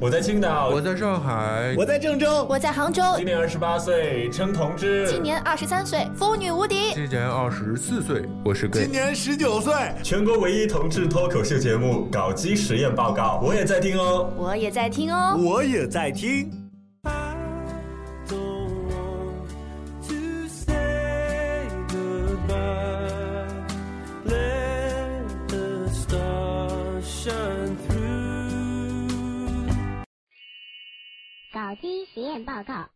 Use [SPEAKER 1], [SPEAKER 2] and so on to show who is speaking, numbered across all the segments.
[SPEAKER 1] 我在青岛，
[SPEAKER 2] 我在上海，
[SPEAKER 3] 我在郑州，
[SPEAKER 4] 我在杭州。
[SPEAKER 1] 今年二十八岁，称同志。
[SPEAKER 4] 今年二十三岁，风女无敌。
[SPEAKER 2] 今年二十四岁，我是 gay
[SPEAKER 3] 今。年十九岁。
[SPEAKER 1] 全国唯一同志脱口秀节目《搞基实验报告》，我也在听哦。
[SPEAKER 4] 我也在听哦。
[SPEAKER 3] 我也在听。
[SPEAKER 5] 搞基实验报告。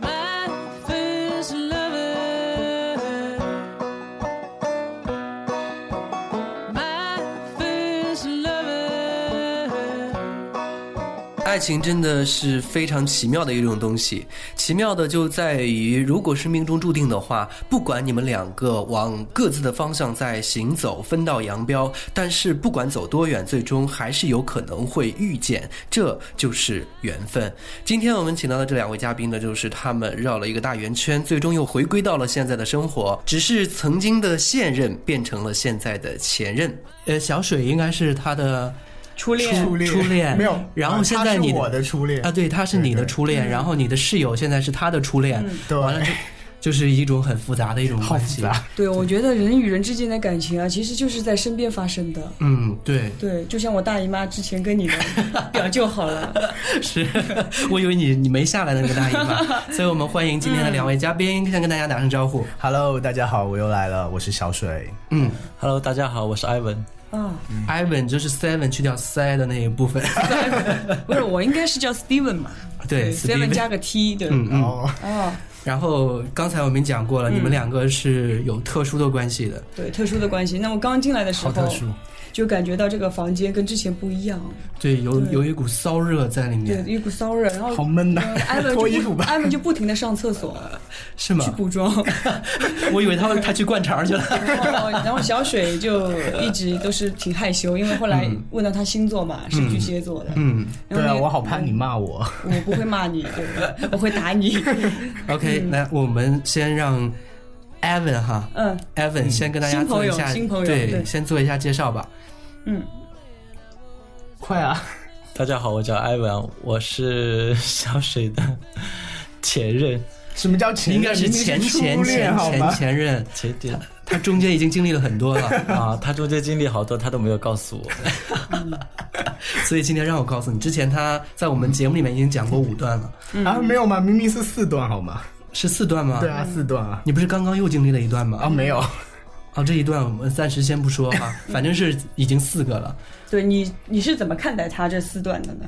[SPEAKER 6] My first lover. My first lover.
[SPEAKER 7] 爱情真的是非常奇妙的一种东西，奇妙的就在于，如果是命中注定的话，不管你们两个往各自的方向在行走，分道扬镳，但是不管走多远，最终还是有可能会遇见，这就是缘分。今天我们请到的这两位嘉宾呢，就是他们绕了一个大圆圈，最终又回归到了现在的生活，只是曾经的现任变成了现在的前任。呃，小水应该是他的。
[SPEAKER 8] 初恋，
[SPEAKER 7] 初初恋
[SPEAKER 9] 没有，
[SPEAKER 7] 然后
[SPEAKER 9] 啊
[SPEAKER 7] 现
[SPEAKER 9] 他
[SPEAKER 7] 在
[SPEAKER 9] 是
[SPEAKER 7] 你
[SPEAKER 9] 我的初恋
[SPEAKER 7] 啊，对，嗯他是你的
[SPEAKER 9] 对对
[SPEAKER 7] 初恋，然后你的室友现在是他的初恋，
[SPEAKER 9] 对
[SPEAKER 7] 完了就就是一种很复杂的一种
[SPEAKER 9] 好
[SPEAKER 7] 关
[SPEAKER 9] 复
[SPEAKER 7] 系。
[SPEAKER 9] 杂，
[SPEAKER 8] 对我觉得人与人之间的感情啊，其实就是在身边发生的。
[SPEAKER 7] 嗯，对，
[SPEAKER 8] 对，就像我大姨妈之前跟你 的表就好了。
[SPEAKER 7] 是 我以为你你没下来那个大姨 妈，所以我们欢迎今天的两位嘉宾，先跟大家打声招呼。
[SPEAKER 3] Hello，大家好，我又来了，我是小水。
[SPEAKER 7] 嗯
[SPEAKER 10] Hello，大家好，我是艾文。
[SPEAKER 8] 啊，
[SPEAKER 9] 嗯
[SPEAKER 7] ，Ivan 就是 Seven 去掉 C 的那一部 分，
[SPEAKER 8] 不是，我应该是叫 Steven 嘛？
[SPEAKER 7] 啊对
[SPEAKER 8] ，Steven
[SPEAKER 7] Steven
[SPEAKER 8] 加个 T，对。
[SPEAKER 7] 嗯嗯。
[SPEAKER 9] 哦，
[SPEAKER 8] 哦，
[SPEAKER 7] 然后刚才我们讲过了，你们两个是有特殊的关系的，
[SPEAKER 8] 对，特殊的关系。那我刚进来的时
[SPEAKER 7] 好
[SPEAKER 8] 候
[SPEAKER 7] 特殊，
[SPEAKER 8] 就感觉到这个房间跟之前不一样，
[SPEAKER 7] 对，有有一股骚热在里
[SPEAKER 8] 对，
[SPEAKER 7] 面，
[SPEAKER 8] 一股骚热。然后
[SPEAKER 9] 好闷呐
[SPEAKER 7] 嗯
[SPEAKER 8] 呃
[SPEAKER 7] 哎
[SPEAKER 8] 艾文就
[SPEAKER 9] 脱
[SPEAKER 8] 不
[SPEAKER 9] 衣服吧
[SPEAKER 8] 艾文就不停的上厕所
[SPEAKER 7] 是吗
[SPEAKER 8] 去？补 妆，
[SPEAKER 7] 我以为他他去灌肠去了。
[SPEAKER 8] 然后 然后小水就一直都是挺害羞，因为后来
[SPEAKER 9] 嗯
[SPEAKER 8] 问到他星座嘛，是巨蟹座的。
[SPEAKER 7] 嗯
[SPEAKER 8] 然后
[SPEAKER 9] 啊
[SPEAKER 8] 那个
[SPEAKER 3] 骂我。
[SPEAKER 8] 我不会骂你，对，我会打你。
[SPEAKER 7] ，OK，那我们先让 Evan 哈
[SPEAKER 8] 嗯
[SPEAKER 7] ，Evan 先跟大家
[SPEAKER 8] 新朋
[SPEAKER 7] 做一
[SPEAKER 8] 友
[SPEAKER 7] 下，
[SPEAKER 8] 新朋友
[SPEAKER 7] 对，
[SPEAKER 8] 对
[SPEAKER 7] 先做一下介绍吧。
[SPEAKER 8] 嗯，
[SPEAKER 3] 快啊！
[SPEAKER 10] 大家好，我叫艾文，我是小水的 前任
[SPEAKER 9] 什么叫前
[SPEAKER 7] 应该是
[SPEAKER 9] 明明
[SPEAKER 7] 前前
[SPEAKER 9] 初恋
[SPEAKER 7] 前
[SPEAKER 9] 好
[SPEAKER 7] 前
[SPEAKER 9] 吗？
[SPEAKER 7] 前任，
[SPEAKER 10] 前任
[SPEAKER 7] 他中间已经经历了很多了，
[SPEAKER 10] 啊。他中间经历好多，他都没有告诉我。
[SPEAKER 7] 所以今天让我告诉你，之前他在我们节目里面已经讲过五段了，
[SPEAKER 8] 嗯
[SPEAKER 9] 啊，没有吗？明明是四段好吗？
[SPEAKER 7] 是四段吗？
[SPEAKER 9] 对。啊，四段啊。
[SPEAKER 7] 你不是刚刚又经历了一段吗？
[SPEAKER 9] 啊，没有，
[SPEAKER 7] 哦，这一段我们暂时先不说哈，反正是已经四个了。
[SPEAKER 8] 对你你是怎么看待他这四段的呢？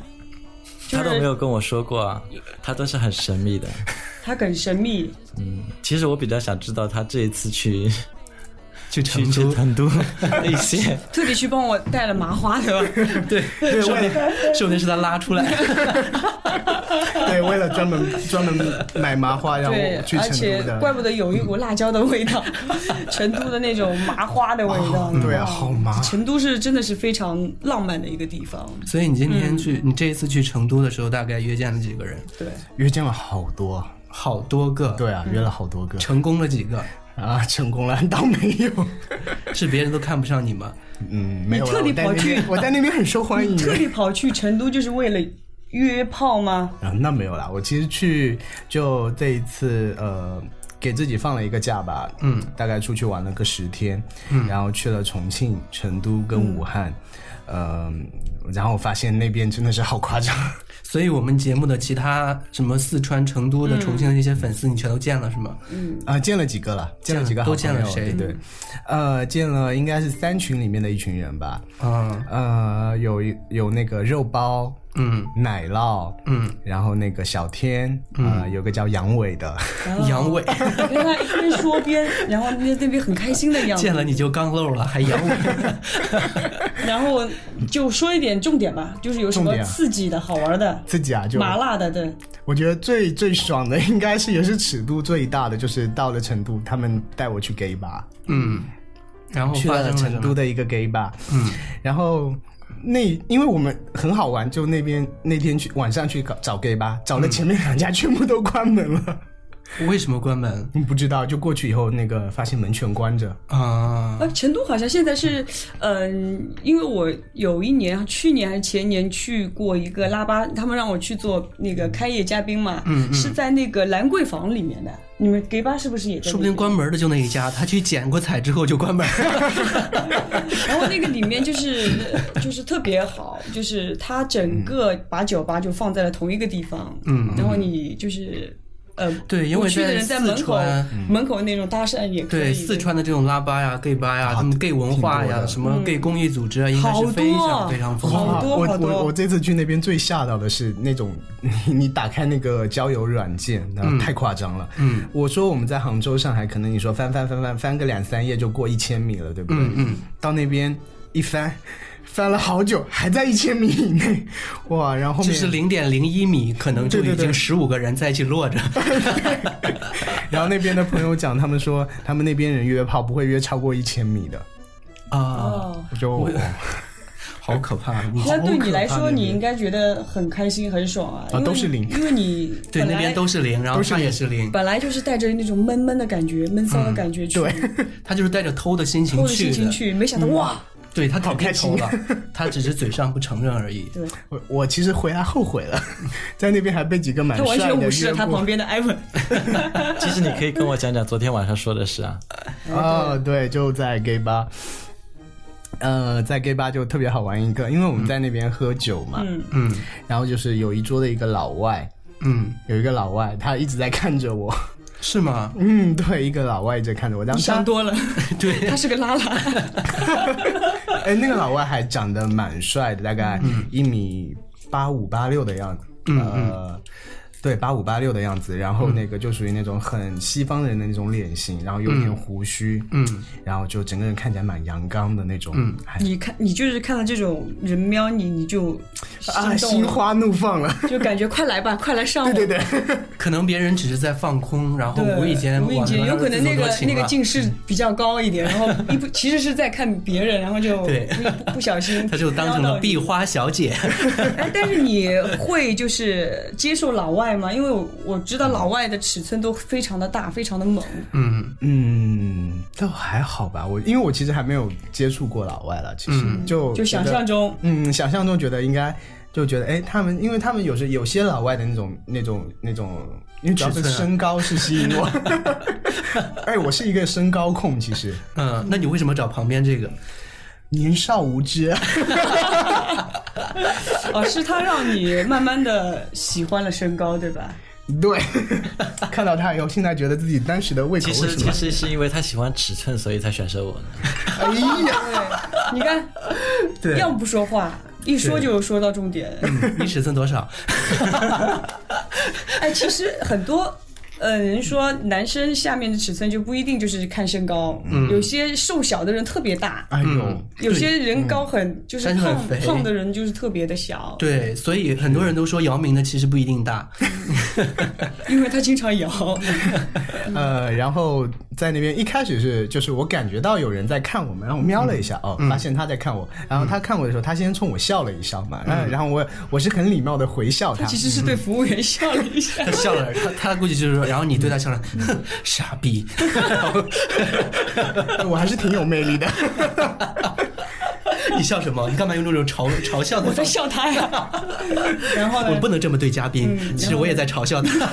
[SPEAKER 8] 就
[SPEAKER 10] 他都没
[SPEAKER 8] 是
[SPEAKER 10] 有跟我说过啊，他都是很神秘的。
[SPEAKER 8] 他很神秘，
[SPEAKER 10] 其实我比较想知道他这一次去去
[SPEAKER 7] 去成
[SPEAKER 10] 去
[SPEAKER 7] 都，
[SPEAKER 10] 成都那些，
[SPEAKER 8] 特地去帮我带了麻花，对吧？
[SPEAKER 7] 对，说不 定说不定是他拉出来。
[SPEAKER 9] 对，为了专门专门买麻花让
[SPEAKER 8] 对
[SPEAKER 9] 我去，
[SPEAKER 8] 而
[SPEAKER 9] 成
[SPEAKER 8] 且
[SPEAKER 9] 都的，
[SPEAKER 8] 怪不得有一股辣椒的味道， 成都的那种麻花的味道。你知道吗
[SPEAKER 9] 对啊，好麻。
[SPEAKER 8] 成都是真的是非常浪漫的一个地方。
[SPEAKER 7] 所以你今天去，你这一次去成都的时候，大概约见了几个人？
[SPEAKER 8] 对，
[SPEAKER 9] 约见了好多，
[SPEAKER 7] 好多个，，
[SPEAKER 9] 对
[SPEAKER 8] 嗯
[SPEAKER 9] 啊，约了好多个
[SPEAKER 7] 成功了几个？
[SPEAKER 9] 啊，成功了 倒没有，
[SPEAKER 7] 是别人都看不上你吗？
[SPEAKER 9] 嗯，没有啦。
[SPEAKER 8] 特地
[SPEAKER 9] 我在
[SPEAKER 8] 跑
[SPEAKER 9] 那
[SPEAKER 8] 去
[SPEAKER 9] 边我在那边很受欢迎。
[SPEAKER 8] 特地跑去成都就是为了约炮吗？
[SPEAKER 9] 啊，那没有啦，我其实去就这一次呃。给自己放了一个假吧，嗯，大概出去玩了个十天，嗯，然后去了重庆、成都跟武汉，嗯、然后我发现那边真的是好夸张，
[SPEAKER 7] 所以我们节目的其他什么四川、成都
[SPEAKER 9] 嗯
[SPEAKER 7] 的、重庆的那些粉丝，你全都见了是吗？
[SPEAKER 9] 啊，见了几个了，见了几个好
[SPEAKER 7] 都见了
[SPEAKER 9] 朋友
[SPEAKER 7] 谁
[SPEAKER 9] 对对，呃，见了应该是三群里面的一群人吧，
[SPEAKER 7] 嗯
[SPEAKER 9] 呃，有一有那个肉包，
[SPEAKER 7] 嗯，
[SPEAKER 9] 奶酪，嗯，然后那个小天，呃，有个叫杨伟的，
[SPEAKER 7] 阳痿，
[SPEAKER 8] 跟他一边说边，然后那那边很开心的样子。
[SPEAKER 7] 见了你就刚漏了，还阳 痿。
[SPEAKER 8] 然后就说一点重点吧，就是有什
[SPEAKER 9] 重
[SPEAKER 8] 么
[SPEAKER 9] 点啊
[SPEAKER 8] 刺激的、好玩的、
[SPEAKER 9] 自己啊就
[SPEAKER 8] 麻辣的，对，
[SPEAKER 9] 我觉得最最爽的应该是也是尺度最大的，就是到了成都，他们带我去 gay 吧，
[SPEAKER 7] 嗯，然后
[SPEAKER 9] 去
[SPEAKER 7] 发生
[SPEAKER 9] 了
[SPEAKER 7] 了
[SPEAKER 9] 成都
[SPEAKER 7] 的，
[SPEAKER 9] 的一个 gay 吧，嗯，然后那因为我们很好玩，就那边那天去晚上去搞找 gay 吧，找了前面两
[SPEAKER 7] 嗯
[SPEAKER 9] 家全部都关门了，
[SPEAKER 7] 为什么关门
[SPEAKER 9] 嗯、不知道就过去以后那个发现门全关着，
[SPEAKER 7] 啊？
[SPEAKER 9] 呃
[SPEAKER 8] 啊，成都好像现在是，嗯、因为我有一年，去年还是前年去过一个拉巴，他们让我去做那个开业嘉宾嘛，
[SPEAKER 7] 嗯
[SPEAKER 8] 是在那个兰桂坊里面的。你们 gay 吧是不是也在？
[SPEAKER 7] 说不定。关门的就那一家，他去剪过彩之后就 关门。
[SPEAKER 8] 然后那个里面就是呃就是特别好，就是它整个把酒吧就放在了同一个地方，嗯，然后你就是。呃，
[SPEAKER 7] 对因为
[SPEAKER 8] 不去的
[SPEAKER 7] 在
[SPEAKER 8] 人在
[SPEAKER 7] 四
[SPEAKER 8] 门口
[SPEAKER 7] 川嗯
[SPEAKER 8] 门口那种搭讪也可以，
[SPEAKER 7] 对四川的这种拉吧呀、gay 吧
[SPEAKER 9] 啊
[SPEAKER 7] 呀，他们 gay 文化呀，什
[SPEAKER 9] 嗯
[SPEAKER 7] 么 gay 公益组织啊，应该是非常非常丰
[SPEAKER 8] 好
[SPEAKER 7] 富。
[SPEAKER 8] 多
[SPEAKER 9] 我
[SPEAKER 8] 好多
[SPEAKER 9] 我我这次去那边最吓到的是那种，你你打开那个交友软件，然后太夸张了。嗯，我说我们在杭州、上海，可能你说翻翻翻翻翻个两三页就过一千米了，对不对？嗯嗯。到那边一翻，翻了好久，还在一千米以内，哇！然后后
[SPEAKER 7] 就
[SPEAKER 9] 面
[SPEAKER 7] 是零点零一米，可能就
[SPEAKER 9] 对
[SPEAKER 7] 已
[SPEAKER 9] 对对
[SPEAKER 7] 经十五个人在一起 落着。
[SPEAKER 9] 然后那边的朋友讲，他们说他们那边人约炮不会约超过一千米的，
[SPEAKER 7] 啊，
[SPEAKER 8] 哦。
[SPEAKER 9] 我就
[SPEAKER 7] 好可怕！你
[SPEAKER 8] 那对你来
[SPEAKER 7] 好可怕
[SPEAKER 8] 说，
[SPEAKER 7] 那边
[SPEAKER 8] 你应该觉得很开心、很爽啊，
[SPEAKER 9] 啊
[SPEAKER 8] 因为
[SPEAKER 9] 都是零
[SPEAKER 8] 因为你
[SPEAKER 7] 对
[SPEAKER 8] 本
[SPEAKER 7] 那
[SPEAKER 8] 来
[SPEAKER 7] 边都是零，然后他也是零，
[SPEAKER 8] 本来就是带着那种闷闷的感觉、闷骚的感觉去，
[SPEAKER 9] 对
[SPEAKER 7] 他就是带着偷的心情
[SPEAKER 8] 偷着
[SPEAKER 7] 去
[SPEAKER 8] 心情
[SPEAKER 7] 的。嗯
[SPEAKER 8] 去，没想到哇，
[SPEAKER 7] 对他肯定
[SPEAKER 9] 开心
[SPEAKER 7] 偷了，他只是嘴上不承认而 已。
[SPEAKER 8] 对
[SPEAKER 9] 我我其实回来后悔了， 在那边还被几个蛮
[SPEAKER 8] 他完
[SPEAKER 9] 帅
[SPEAKER 8] 全
[SPEAKER 9] 的
[SPEAKER 8] 无视
[SPEAKER 9] 约
[SPEAKER 8] 了他
[SPEAKER 9] 过
[SPEAKER 8] 旁边的艾文。
[SPEAKER 10] 其实你可以跟我讲讲昨天晚上说的事啊。
[SPEAKER 9] 哦，对，就在 gay 吧。呃，在 gay 吧就特别好玩一个，因为我们在那边喝酒嘛，
[SPEAKER 8] 嗯
[SPEAKER 7] 嗯
[SPEAKER 9] 然后就是有一桌的一个老外，
[SPEAKER 7] 嗯，
[SPEAKER 9] 有一个老外，他一直在看着我，
[SPEAKER 7] 是吗？
[SPEAKER 9] 嗯，对，一个老外一直看着我，当
[SPEAKER 8] 你
[SPEAKER 9] 时
[SPEAKER 8] 想
[SPEAKER 9] 他，
[SPEAKER 8] 多了，
[SPEAKER 7] 对
[SPEAKER 8] 他是个拉拉，
[SPEAKER 9] 哎，那个老外还长得蛮帅的，大概一米八五八六的样子，呃，对，八五八六的样子，然后那个就属于那种很西方人的那种脸型，然后有点胡须，嗯，然后就整个人看起来蛮阳刚的那种，嗯，还
[SPEAKER 8] 你看你就是看到这种人瞄你，你就
[SPEAKER 9] 啊，
[SPEAKER 8] 心
[SPEAKER 9] 心
[SPEAKER 8] 动了，
[SPEAKER 9] 花怒放了。
[SPEAKER 8] 就感觉快来 吧，快来上我。
[SPEAKER 9] 对对对，
[SPEAKER 7] 可能别人只是在放空，然后
[SPEAKER 8] 对，
[SPEAKER 7] 无意间
[SPEAKER 8] 无意
[SPEAKER 7] 往
[SPEAKER 8] 间
[SPEAKER 7] 那
[SPEAKER 8] 有可能那
[SPEAKER 7] 自作
[SPEAKER 8] 个
[SPEAKER 7] 多情啊嗯
[SPEAKER 8] 那个
[SPEAKER 7] 了
[SPEAKER 8] 近视比较高一点，然后一不其实是在看别人，然后就
[SPEAKER 7] 对
[SPEAKER 8] 不不小 心
[SPEAKER 7] 他就当成 了壁
[SPEAKER 8] 瞄到
[SPEAKER 7] 花小姐。
[SPEAKER 8] 你。哎，但是你会就是接受老外吗？因为我我知道老外的尺寸都非常的大，非常的猛。
[SPEAKER 7] 嗯，
[SPEAKER 9] 嗯，倒还好吧。我嗯因为我其实还没有接触过老外了，其实、就
[SPEAKER 8] 就想
[SPEAKER 9] 觉得
[SPEAKER 8] 象中
[SPEAKER 9] 嗯，想象中觉得应该就觉得，哎，他们因为他们有时有些老外的那种那种那种，因为主要是
[SPEAKER 7] 尺寸啊
[SPEAKER 9] 身高是吸引我。 哎，我是一个身高控，其实
[SPEAKER 7] 嗯，那你为什么找旁边这个？
[SPEAKER 9] 年少无知。
[SPEAKER 8] 哦，是他让你慢慢的喜欢了身高，对吧？
[SPEAKER 9] 对， 看到他以后，现在觉得自己当时的胃口
[SPEAKER 10] 其
[SPEAKER 9] 为
[SPEAKER 10] 实
[SPEAKER 9] 什
[SPEAKER 10] 其
[SPEAKER 9] 么？
[SPEAKER 10] 实是因为他喜欢尺寸，所以才选择我的。
[SPEAKER 9] 哎呀，
[SPEAKER 8] 你看，
[SPEAKER 9] 对
[SPEAKER 8] 要不说话，一说就说到重点。
[SPEAKER 7] 你嗯尺寸多少？
[SPEAKER 8] 哎，其实很多。呃，人说男生下面的尺寸就不一定就是看身高，有些瘦小的人特别大，
[SPEAKER 9] 哎呦，
[SPEAKER 8] 有些人高很就是
[SPEAKER 7] 但是很
[SPEAKER 8] 胖
[SPEAKER 7] 肥
[SPEAKER 8] 胖的人就是特别的小，
[SPEAKER 7] 对，所以很多人都说姚明的其实不一定大。
[SPEAKER 8] 因为他经常摇。
[SPEAKER 9] 呃，然后在那边一开始是就是我感觉到有人在看我们，然后我瞄了一下，
[SPEAKER 8] 嗯
[SPEAKER 9] 哦，发现他在看我，然后他看我的时候，他先冲我笑了一笑嘛，嗯然后然后我我是很礼貌的回笑他
[SPEAKER 8] 嗯其，实是对服务员笑了一 下
[SPEAKER 7] 他，笑了，他他估计就是说，然后你对他笑了，
[SPEAKER 9] 嗯
[SPEAKER 7] 哼，傻逼。
[SPEAKER 9] 我还是挺有魅 力的。
[SPEAKER 7] 你笑什么？你干嘛用那种嘲嘲笑的？
[SPEAKER 8] 我在。笑他呀。然后
[SPEAKER 7] 我
[SPEAKER 8] 呢
[SPEAKER 7] 不，能这么对嘉宾，
[SPEAKER 8] 嗯
[SPEAKER 7] 其实我也在嘲笑 他。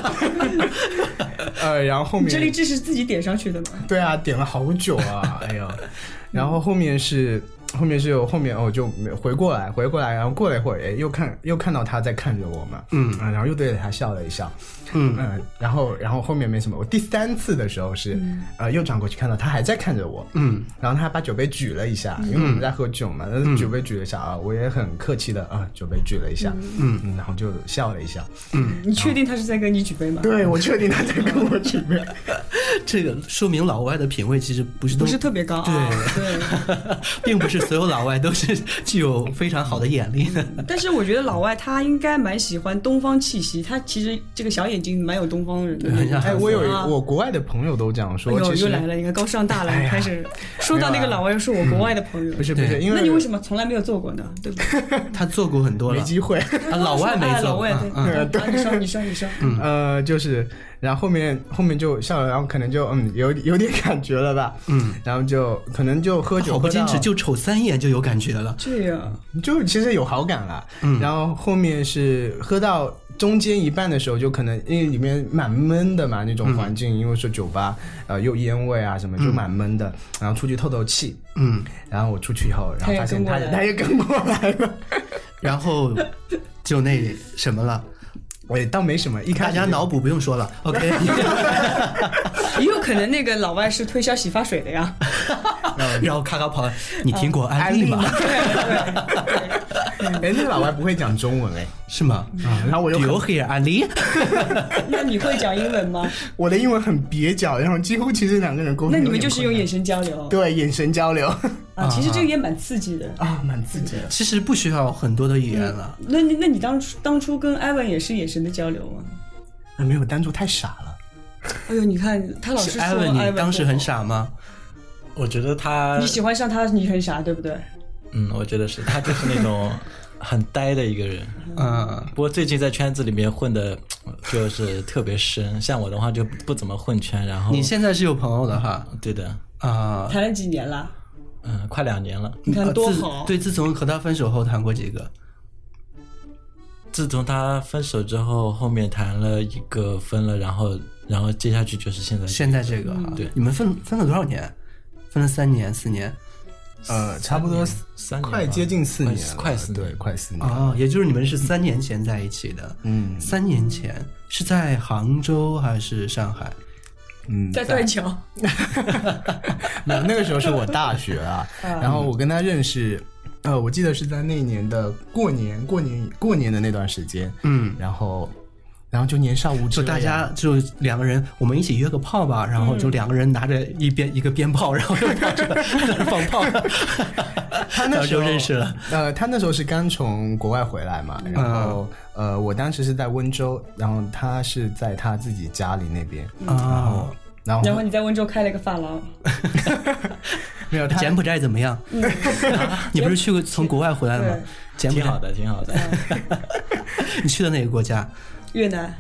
[SPEAKER 9] 呃，然后后
[SPEAKER 8] 你这里
[SPEAKER 9] 面
[SPEAKER 8] 这是自己点上去的吗？
[SPEAKER 9] 对啊，点了好久 啊，哎呀，然后后面是。后面是有后面哦，就没回过来，回过来，然后过了一会儿，哎，又看又看到他在看着我嘛，嗯，然后又对着他笑了一笑，
[SPEAKER 7] 嗯
[SPEAKER 9] 嗯，然后然后后面没什么。我第三次的时候是，呃，又转过去看到他还在看着我，
[SPEAKER 7] 嗯，
[SPEAKER 9] 然后他还把酒杯举了一下，因为我们在喝酒嘛，那酒杯举了一下啊，我也很客气的啊，酒杯举了一下，嗯然后就笑了一下。
[SPEAKER 8] 你确定他是在跟你举杯吗？
[SPEAKER 9] 对，我确定他在跟我举杯。
[SPEAKER 7] 这个说明老外的品味其实不是都
[SPEAKER 8] 不是特别高啊，对，
[SPEAKER 7] 并不是是所有老外都是 具有非常好的眼力的。
[SPEAKER 8] 但是我觉得老外他应该蛮喜欢东方气息，他其实这个小眼睛蛮有东方人的。
[SPEAKER 7] 很像
[SPEAKER 9] 哎， 我有
[SPEAKER 8] 啊
[SPEAKER 9] 我国外的朋友都这样
[SPEAKER 8] 哎
[SPEAKER 9] 说，
[SPEAKER 8] 呦，
[SPEAKER 9] 其实
[SPEAKER 8] 又来了！你看高上大了，开始说到那个老外，又是我国外的朋友。
[SPEAKER 9] 不是不是，因
[SPEAKER 8] 那你为
[SPEAKER 9] 为
[SPEAKER 8] 什么从来没有做过呢？对不对？
[SPEAKER 7] 他做过很多
[SPEAKER 9] 没
[SPEAKER 7] 了，
[SPEAKER 9] 机会。
[SPEAKER 7] 啊，老外没
[SPEAKER 8] 哎
[SPEAKER 7] 做
[SPEAKER 8] 老
[SPEAKER 7] 过
[SPEAKER 8] 外对
[SPEAKER 7] 嗯，嗯
[SPEAKER 8] 嗯啊你说你说你说，
[SPEAKER 9] 呃，就是，然后后面后面就笑了，然后可能就嗯有有点感觉了吧， 嗯，然后就可能就喝酒
[SPEAKER 7] 好不
[SPEAKER 9] 喝到
[SPEAKER 7] 矜持，就瞅三眼就有感觉了。
[SPEAKER 8] 这样
[SPEAKER 9] 就其实有好感了，
[SPEAKER 7] 嗯
[SPEAKER 9] 然后后面是喝到中间一半的时候，就可能因为里面蛮闷的嘛，那种环境，因为是酒吧，呃，又烟味啊什么，就蛮闷
[SPEAKER 7] 嗯
[SPEAKER 9] 的，然后出去透透气，嗯，然后我出去以后，然后发现他
[SPEAKER 8] 他也跟过来了
[SPEAKER 9] 他也跟过来了，
[SPEAKER 7] 然后就那什么了，
[SPEAKER 9] 我也倒没什么，一开
[SPEAKER 7] 大
[SPEAKER 9] 始
[SPEAKER 7] 家
[SPEAKER 9] 就
[SPEAKER 7] 脑补不用说了。OK，
[SPEAKER 8] 也有可能那个老外是推销洗发水的呀。
[SPEAKER 7] 然后咔咔跑来，你听过安
[SPEAKER 9] 安
[SPEAKER 7] 利
[SPEAKER 9] 利
[SPEAKER 7] 吗？
[SPEAKER 9] 哎，那老外不会讲中文哎，
[SPEAKER 7] 是吗？啊
[SPEAKER 9] 然后我又
[SPEAKER 7] Do
[SPEAKER 9] 很
[SPEAKER 7] you hear 安利？
[SPEAKER 8] 那你会讲英文吗？
[SPEAKER 9] 我的英文很蹩脚，然后几乎其实两个人沟通
[SPEAKER 8] 那
[SPEAKER 9] 有点困难，
[SPEAKER 8] 你们就是用眼神交流
[SPEAKER 9] 对眼神交流
[SPEAKER 8] 啊。其实这个也蛮刺激的。
[SPEAKER 9] 啊， 蛮刺激的。
[SPEAKER 7] 其实不需要很多的语言了。
[SPEAKER 8] 那你那你当初当初跟艾文也是眼神的交流吗？
[SPEAKER 9] 没有当初太傻了，
[SPEAKER 8] 哎呦，你看他老是
[SPEAKER 7] 是
[SPEAKER 8] 说
[SPEAKER 7] 艾
[SPEAKER 8] 艾
[SPEAKER 7] 文，你
[SPEAKER 8] 文
[SPEAKER 7] 当时很，傻吗？
[SPEAKER 10] 我觉得他
[SPEAKER 8] 你喜欢上他，你很傻，对不对？
[SPEAKER 10] 嗯，我觉得是他就是那种 很呆的一个人。
[SPEAKER 7] 嗯，
[SPEAKER 10] 不过最近在圈子里面混的，就是特别深。像我的话就不怎么混圈，然后
[SPEAKER 7] 你现在是有朋友的哈
[SPEAKER 10] 对的，
[SPEAKER 7] 啊。
[SPEAKER 8] 谈了几年了？
[SPEAKER 10] 嗯，快两年了。
[SPEAKER 8] 你看
[SPEAKER 7] 呃
[SPEAKER 8] 多
[SPEAKER 7] 自
[SPEAKER 8] 好。
[SPEAKER 7] 对，自从和他分手后谈过几个，
[SPEAKER 10] 自从他分手之后，后面谈了一个分了，然后然后接下去就是现在
[SPEAKER 7] 现在这个哈，
[SPEAKER 10] 对
[SPEAKER 7] 你们分分了多少年？分了三年、四年
[SPEAKER 9] 呃，差不多四
[SPEAKER 10] 三年吧
[SPEAKER 9] 快接近四年了，
[SPEAKER 10] 快四年
[SPEAKER 9] 对，快四年。
[SPEAKER 7] 哦，也就是你们是三年前在一起的。
[SPEAKER 9] 嗯
[SPEAKER 7] 三年前是在杭州还是上海？
[SPEAKER 9] 嗯，
[SPEAKER 8] 在断桥，
[SPEAKER 9] 没有那个时候是我大学 啊，
[SPEAKER 8] 嗯
[SPEAKER 9] 然后我跟他认识，呃，我记得是在那年的过年，过年过年的那段时间，
[SPEAKER 7] 嗯，
[SPEAKER 9] 然后然后就年少无知
[SPEAKER 7] 就
[SPEAKER 9] 了呀，
[SPEAKER 7] 大家就两个人，我们一起约个炮吧，然后
[SPEAKER 8] 嗯
[SPEAKER 7] 就两个人拿着一边一个鞭炮，然后就拿着 在那放 炮，
[SPEAKER 9] 他
[SPEAKER 7] 然
[SPEAKER 9] 那
[SPEAKER 7] 后
[SPEAKER 9] 时
[SPEAKER 7] 就
[SPEAKER 9] 候
[SPEAKER 7] 认识了。嗯
[SPEAKER 9] 呃，他那时候是刚从国外回来嘛，然后、呃，我当时是在温州，然后他是在他自己家里那边，
[SPEAKER 7] 哦，
[SPEAKER 9] 然后
[SPEAKER 8] 然后你在温州开了个发廊，
[SPEAKER 9] 没有他
[SPEAKER 7] 柬埔寨怎么样？啊你不是去过从国外回来的吗
[SPEAKER 8] 嗯对？
[SPEAKER 7] 柬埔
[SPEAKER 10] 挺好
[SPEAKER 7] 寨，
[SPEAKER 10] 的，挺好的。
[SPEAKER 7] 你去的哪个国家？
[SPEAKER 8] 越南、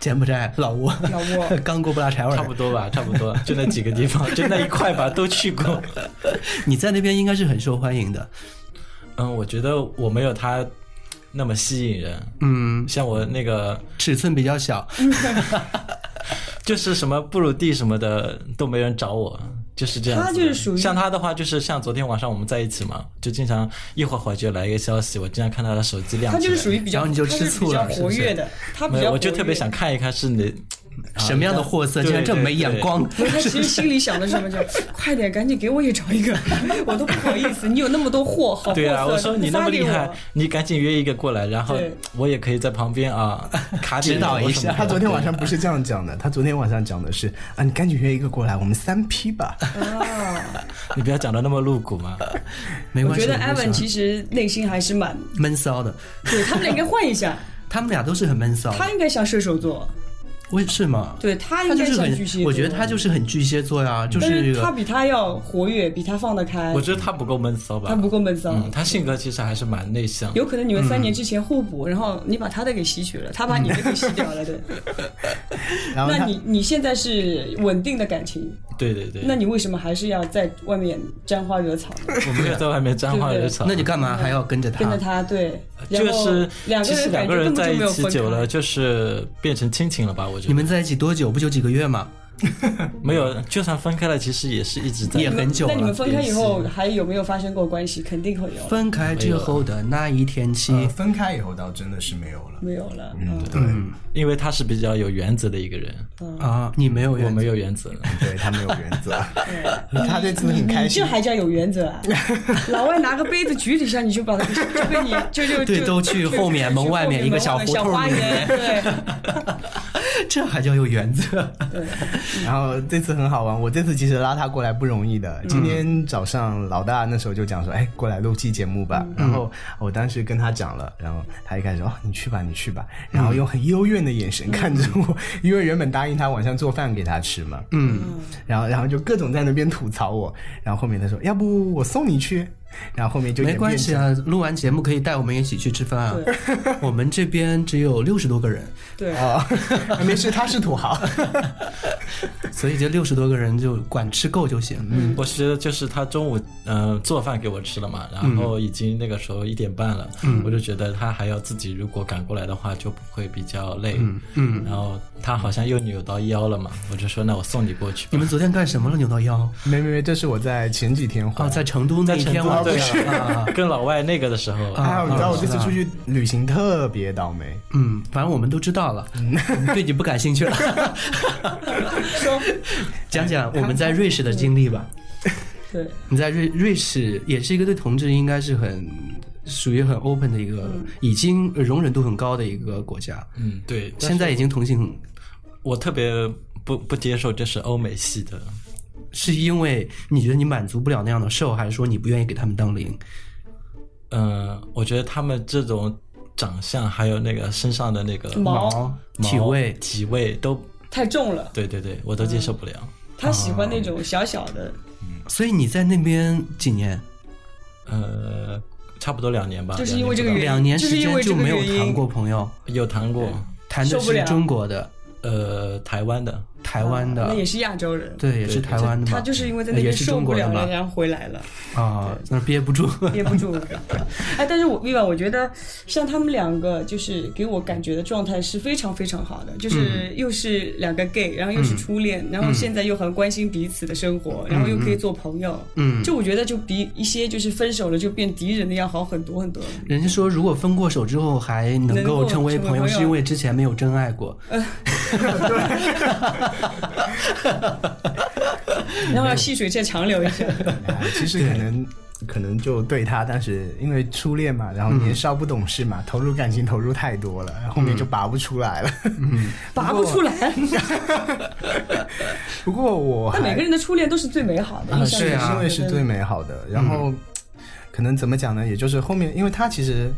[SPEAKER 7] 柬埔寨、老挝、
[SPEAKER 8] 老 挝
[SPEAKER 7] 刚果、布拉柴维
[SPEAKER 10] 差
[SPEAKER 7] 尔
[SPEAKER 10] 不。多 吧，差不多，就那几个地方， 就那一块吧，都去过。
[SPEAKER 7] 你在那边应该是很受欢迎的。
[SPEAKER 10] 嗯，我觉得我没有他那么吸引人。
[SPEAKER 7] 嗯，
[SPEAKER 10] 像我那个
[SPEAKER 7] 尺寸比较小，
[SPEAKER 10] 啊就是什么布鲁蒂什么的都没人找我，就是这样子的。
[SPEAKER 8] 他就是属于
[SPEAKER 10] 像他的话，就是像昨天晚上我们在一起嘛，就经常一会儿会儿就来一个消息，我经常看他的手机亮起
[SPEAKER 8] 他
[SPEAKER 10] 来。
[SPEAKER 8] 就是属于比
[SPEAKER 7] 然
[SPEAKER 8] 较，
[SPEAKER 7] 后你就吃醋了
[SPEAKER 8] 他是比较活跃的，他比
[SPEAKER 10] 没有，
[SPEAKER 8] 较，
[SPEAKER 10] 我就特别想。看一看是哪
[SPEAKER 7] 什么样的货色，竟然这么没眼光？
[SPEAKER 8] 不是 他其实心里想的什么叫快点，赶紧给我也找一个， 我都不好意思。你有那么多货，好 货
[SPEAKER 10] 对啊，
[SPEAKER 8] 色
[SPEAKER 10] 我说
[SPEAKER 8] 不
[SPEAKER 10] 你那
[SPEAKER 8] 发
[SPEAKER 10] 么
[SPEAKER 8] 给
[SPEAKER 10] 厉害
[SPEAKER 8] 我，
[SPEAKER 10] 你赶紧约一个过来，然后
[SPEAKER 8] 对
[SPEAKER 10] 我也可以在旁边 啊卡点
[SPEAKER 7] 指导
[SPEAKER 10] 油
[SPEAKER 7] 一
[SPEAKER 10] 什
[SPEAKER 7] 下
[SPEAKER 10] 么的
[SPEAKER 9] 他昨天晚上不是这样讲的，他昨天晚上讲的是啊，你赶紧约一个过来，我们三批吧。
[SPEAKER 10] 对你不要讲的那么露骨嘛。
[SPEAKER 7] 没
[SPEAKER 8] 我
[SPEAKER 7] 关系，
[SPEAKER 8] 觉得
[SPEAKER 7] 没
[SPEAKER 8] 艾文
[SPEAKER 7] 关系
[SPEAKER 8] 其实内心还是蛮，
[SPEAKER 7] 闷骚的，
[SPEAKER 8] 对他们俩应该换一下，
[SPEAKER 7] 他们俩都是很闷骚的。
[SPEAKER 8] 他应该像射手座，
[SPEAKER 7] 为是吗？
[SPEAKER 8] 对他
[SPEAKER 7] 他
[SPEAKER 8] 应
[SPEAKER 7] 就
[SPEAKER 8] 该
[SPEAKER 7] 是
[SPEAKER 8] 像巨蟹
[SPEAKER 7] 很，
[SPEAKER 8] 座。
[SPEAKER 7] 我觉得他就是很巨蟹座呀，啊就
[SPEAKER 8] 但
[SPEAKER 7] 是
[SPEAKER 8] 是
[SPEAKER 7] 一
[SPEAKER 8] 他
[SPEAKER 7] 个
[SPEAKER 8] 比他要活跃，比他放得开
[SPEAKER 10] 我，觉得他不够闷骚吧，
[SPEAKER 8] 哎他不够闷骚。
[SPEAKER 10] 嗯，他性格其实还是蛮内向的。
[SPEAKER 8] 有可能你们三年之前互补，然后你把他的给吸取了，他把你的给吸掉了，对。
[SPEAKER 9] 然后
[SPEAKER 8] 那
[SPEAKER 9] 他
[SPEAKER 8] 你你现在是稳定的感情，
[SPEAKER 10] 对对对，
[SPEAKER 8] 那你为什么还是要在外面沾花惹草呢？
[SPEAKER 10] 我没有在外面沾花惹草。
[SPEAKER 7] 那你干嘛还要跟着他？
[SPEAKER 8] 跟着他对，然
[SPEAKER 10] 就
[SPEAKER 8] 后
[SPEAKER 10] 是
[SPEAKER 8] 两个
[SPEAKER 10] 其实
[SPEAKER 8] 人
[SPEAKER 10] 两
[SPEAKER 8] 感
[SPEAKER 10] 个
[SPEAKER 8] 觉
[SPEAKER 10] 人
[SPEAKER 8] 根
[SPEAKER 10] 在
[SPEAKER 8] 本就没
[SPEAKER 10] 一
[SPEAKER 8] 有
[SPEAKER 10] 起
[SPEAKER 8] 分
[SPEAKER 10] 久了，
[SPEAKER 8] 开。
[SPEAKER 10] 就是变成亲情了吧？我觉得
[SPEAKER 7] 你们在一起多久？不就几个月吗？
[SPEAKER 10] 没有，就算分开了，其实也是一直在
[SPEAKER 7] 也很久
[SPEAKER 8] 那你们
[SPEAKER 7] 了。
[SPEAKER 8] 分开以后还有没有发生过关系？肯定会有，
[SPEAKER 7] 分开之后的那一天
[SPEAKER 9] 呃
[SPEAKER 7] 起，
[SPEAKER 9] 分开以后倒真的是没有了。
[SPEAKER 8] 没有了。嗯，
[SPEAKER 10] 因为他是比较有原则的一个人，
[SPEAKER 7] 啊，你没有
[SPEAKER 10] 我
[SPEAKER 7] 原则
[SPEAKER 10] 没有原则了。
[SPEAKER 9] 对他没有原则，他对自己很开
[SPEAKER 8] 这
[SPEAKER 9] 心。
[SPEAKER 8] 还叫有原则啊！老外拿个杯子举几下，你就把他给就被你就就
[SPEAKER 7] 对
[SPEAKER 8] 就
[SPEAKER 7] 都去
[SPEAKER 8] 就
[SPEAKER 7] 后面
[SPEAKER 8] 就
[SPEAKER 7] 门
[SPEAKER 8] 去
[SPEAKER 7] 外面一个
[SPEAKER 8] 门
[SPEAKER 7] 小
[SPEAKER 8] 外
[SPEAKER 7] 胡
[SPEAKER 8] 小
[SPEAKER 7] 同
[SPEAKER 8] 花
[SPEAKER 7] 里
[SPEAKER 8] 园，对，
[SPEAKER 7] 这还叫有原则？
[SPEAKER 9] 然后这次很好玩，我这次其实拉他过来不容易
[SPEAKER 7] 嗯
[SPEAKER 9] 的。今天早上老大那时候就讲说，哎，过来录期节目吧。
[SPEAKER 7] 嗯
[SPEAKER 9] 然后我当时跟他讲了，然后他一开始说哦，你去吧，你去吧，然后用很幽怨的眼神看着我，因为原本答应他晚上做饭给他吃嘛。嗯，然后然后就各种在那边吐槽我，然后后面他说，要不我送你去。然后后面就
[SPEAKER 7] 没
[SPEAKER 9] 演
[SPEAKER 7] 关
[SPEAKER 9] 变
[SPEAKER 7] 系
[SPEAKER 9] 成
[SPEAKER 7] 啊，录完节目可以带我们一起去吃饭啊。我们这边只有六十多个人，
[SPEAKER 8] 对，
[SPEAKER 9] 啊，没事，他是土豪。
[SPEAKER 7] 所以这六十多个人就管吃够就行。嗯，
[SPEAKER 10] 我是觉得就是他中午嗯、呃做饭给我吃了嘛，然后已经那个时候一点半了，我就觉得他还要自己如果赶过来的话就不会比较累，嗯，然后他好像又扭到腰了嘛，我就说那我送你过去
[SPEAKER 7] 你
[SPEAKER 10] 吧。
[SPEAKER 7] 们昨天干什么了？扭到腰？
[SPEAKER 9] 没没没，这是我在前几天
[SPEAKER 7] 哦，
[SPEAKER 9] 花
[SPEAKER 7] 在成都那一天晚
[SPEAKER 10] 对
[SPEAKER 7] 上啊。
[SPEAKER 10] 啊，跟老外那个的时候，
[SPEAKER 9] 还好，你知道我这
[SPEAKER 7] 知
[SPEAKER 9] 次
[SPEAKER 7] 道
[SPEAKER 9] 出去旅行特别倒霉。
[SPEAKER 7] 嗯，反正我们都知道了，我们对你不感兴趣了。讲讲我们在瑞士的经历吧。
[SPEAKER 8] 对，
[SPEAKER 7] 你在瑞瑞士也是一个对同志应该是很属于很 open 的一个，
[SPEAKER 8] 嗯
[SPEAKER 7] 已经容忍度很高的一个国家。
[SPEAKER 10] 嗯，对，但
[SPEAKER 7] 现在已经同性，
[SPEAKER 10] 我特别不不接受就是欧美系的，
[SPEAKER 7] 是因为你觉得你满足不了那样的 show，还是说你不愿意给他们当零？
[SPEAKER 10] 嗯、我觉得他们这种长相还有那个身上的那个
[SPEAKER 8] 毛
[SPEAKER 10] 毛
[SPEAKER 7] 体味
[SPEAKER 10] 体味都，
[SPEAKER 8] 太重了，
[SPEAKER 10] 对对对，我都接受不了。
[SPEAKER 8] 他喜欢那种小小的，
[SPEAKER 7] 所以你在那边几
[SPEAKER 8] 嗯
[SPEAKER 7] 年？
[SPEAKER 10] 呃，差不多两年吧，
[SPEAKER 8] 就是因为这个原因
[SPEAKER 7] 啊两年时
[SPEAKER 8] 就是因
[SPEAKER 7] 间
[SPEAKER 8] 为这
[SPEAKER 7] 就
[SPEAKER 8] 个
[SPEAKER 7] 没
[SPEAKER 8] 原因
[SPEAKER 7] 有谈过朋友，
[SPEAKER 10] 有谈过，
[SPEAKER 7] 谈的
[SPEAKER 8] 受不
[SPEAKER 7] 是
[SPEAKER 8] 了
[SPEAKER 7] 中国的、
[SPEAKER 10] 呃，台湾的，
[SPEAKER 7] 台湾
[SPEAKER 8] 嗯那
[SPEAKER 7] 的，
[SPEAKER 8] 也是亚洲人，
[SPEAKER 7] 对，也是台湾的嘛。
[SPEAKER 8] 他就是因为在那
[SPEAKER 7] 也
[SPEAKER 8] 边
[SPEAKER 7] 是
[SPEAKER 8] 受
[SPEAKER 7] 中
[SPEAKER 8] 不
[SPEAKER 7] 国的
[SPEAKER 8] 了
[SPEAKER 7] 嘛
[SPEAKER 8] 了，然后回来了。
[SPEAKER 7] 啊，那憋不住。
[SPEAKER 8] 憋不住。 哎，但是我另外我觉得，像他们两个，就是给我感觉的状态是非常非常好的，就是
[SPEAKER 7] 嗯
[SPEAKER 8] 又是两个 gay，然后又是初恋，然后现在又很关心彼此的生活，然后又可以做朋友。
[SPEAKER 7] 嗯
[SPEAKER 8] 就我觉得就比一些就是分手了就变敌人的要好很多很多。
[SPEAKER 7] 人家说，如果分过手之后还能够成为朋友，
[SPEAKER 8] 能够成为朋友
[SPEAKER 7] 是因为之前没有真爱过。
[SPEAKER 8] 然后要细水再长流一下。
[SPEAKER 9] 啊 其实可能可能就对他，但是因为初恋嘛，然后年少不懂事嘛，投入感情投入太多了，后面就拔不出来了。嗯
[SPEAKER 8] 拔不出来，
[SPEAKER 9] 不过我
[SPEAKER 8] 但每
[SPEAKER 9] 还
[SPEAKER 8] 个人的初恋都是嗯最美好的，
[SPEAKER 7] 啊
[SPEAKER 8] 印象
[SPEAKER 7] 对
[SPEAKER 8] 里
[SPEAKER 7] 啊
[SPEAKER 9] 因为是最美好的，然后可能怎么讲呢？也就是后面，因为他其实。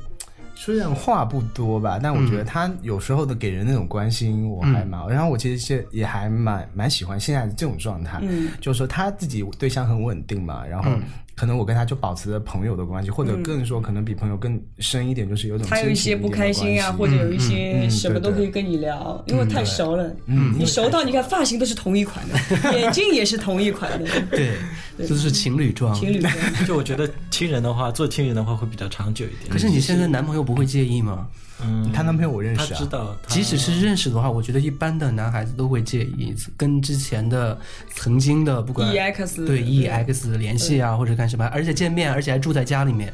[SPEAKER 9] 虽然话不多吧，但我
[SPEAKER 8] 嗯
[SPEAKER 9] 觉得他有时候的给人那种关心，我还蛮。然后我其实是也还蛮蛮喜欢现在的这种状态，
[SPEAKER 8] 嗯
[SPEAKER 9] 就是说他自己对象很稳定嘛，然后可能我跟他就保持着朋友的关系，或者更说可能比朋友更深一点，就是有一种
[SPEAKER 8] 嗯他有一
[SPEAKER 9] 亲情
[SPEAKER 8] 些不
[SPEAKER 9] 点的
[SPEAKER 8] 开心啊，
[SPEAKER 9] 关系
[SPEAKER 8] 或者有一些
[SPEAKER 9] 嗯
[SPEAKER 8] 什么
[SPEAKER 9] 对
[SPEAKER 8] 都
[SPEAKER 9] 对
[SPEAKER 8] 可以跟你聊，因为太熟了。
[SPEAKER 9] 嗯因
[SPEAKER 8] 你
[SPEAKER 9] 为
[SPEAKER 8] 熟到你看发型都是同一款的，眼镜也是同一款的，
[SPEAKER 7] 对，这就是情侣装。
[SPEAKER 8] 情侣装。
[SPEAKER 10] 就我觉得亲人的话，做亲人的话会比较长久一点。
[SPEAKER 7] 可是你现在男朋友不会介意吗？
[SPEAKER 10] 嗯，
[SPEAKER 9] 她男朋友我认
[SPEAKER 10] 他
[SPEAKER 9] 识啊
[SPEAKER 10] 知，道，他
[SPEAKER 7] 即使是认识的话，我觉得一般的男孩子都会介意，跟之前的曾经的不管
[SPEAKER 8] EX
[SPEAKER 7] 对
[SPEAKER 8] 对
[SPEAKER 7] EX 联系啊，或者干什么，而且见面，而且还住在家里面。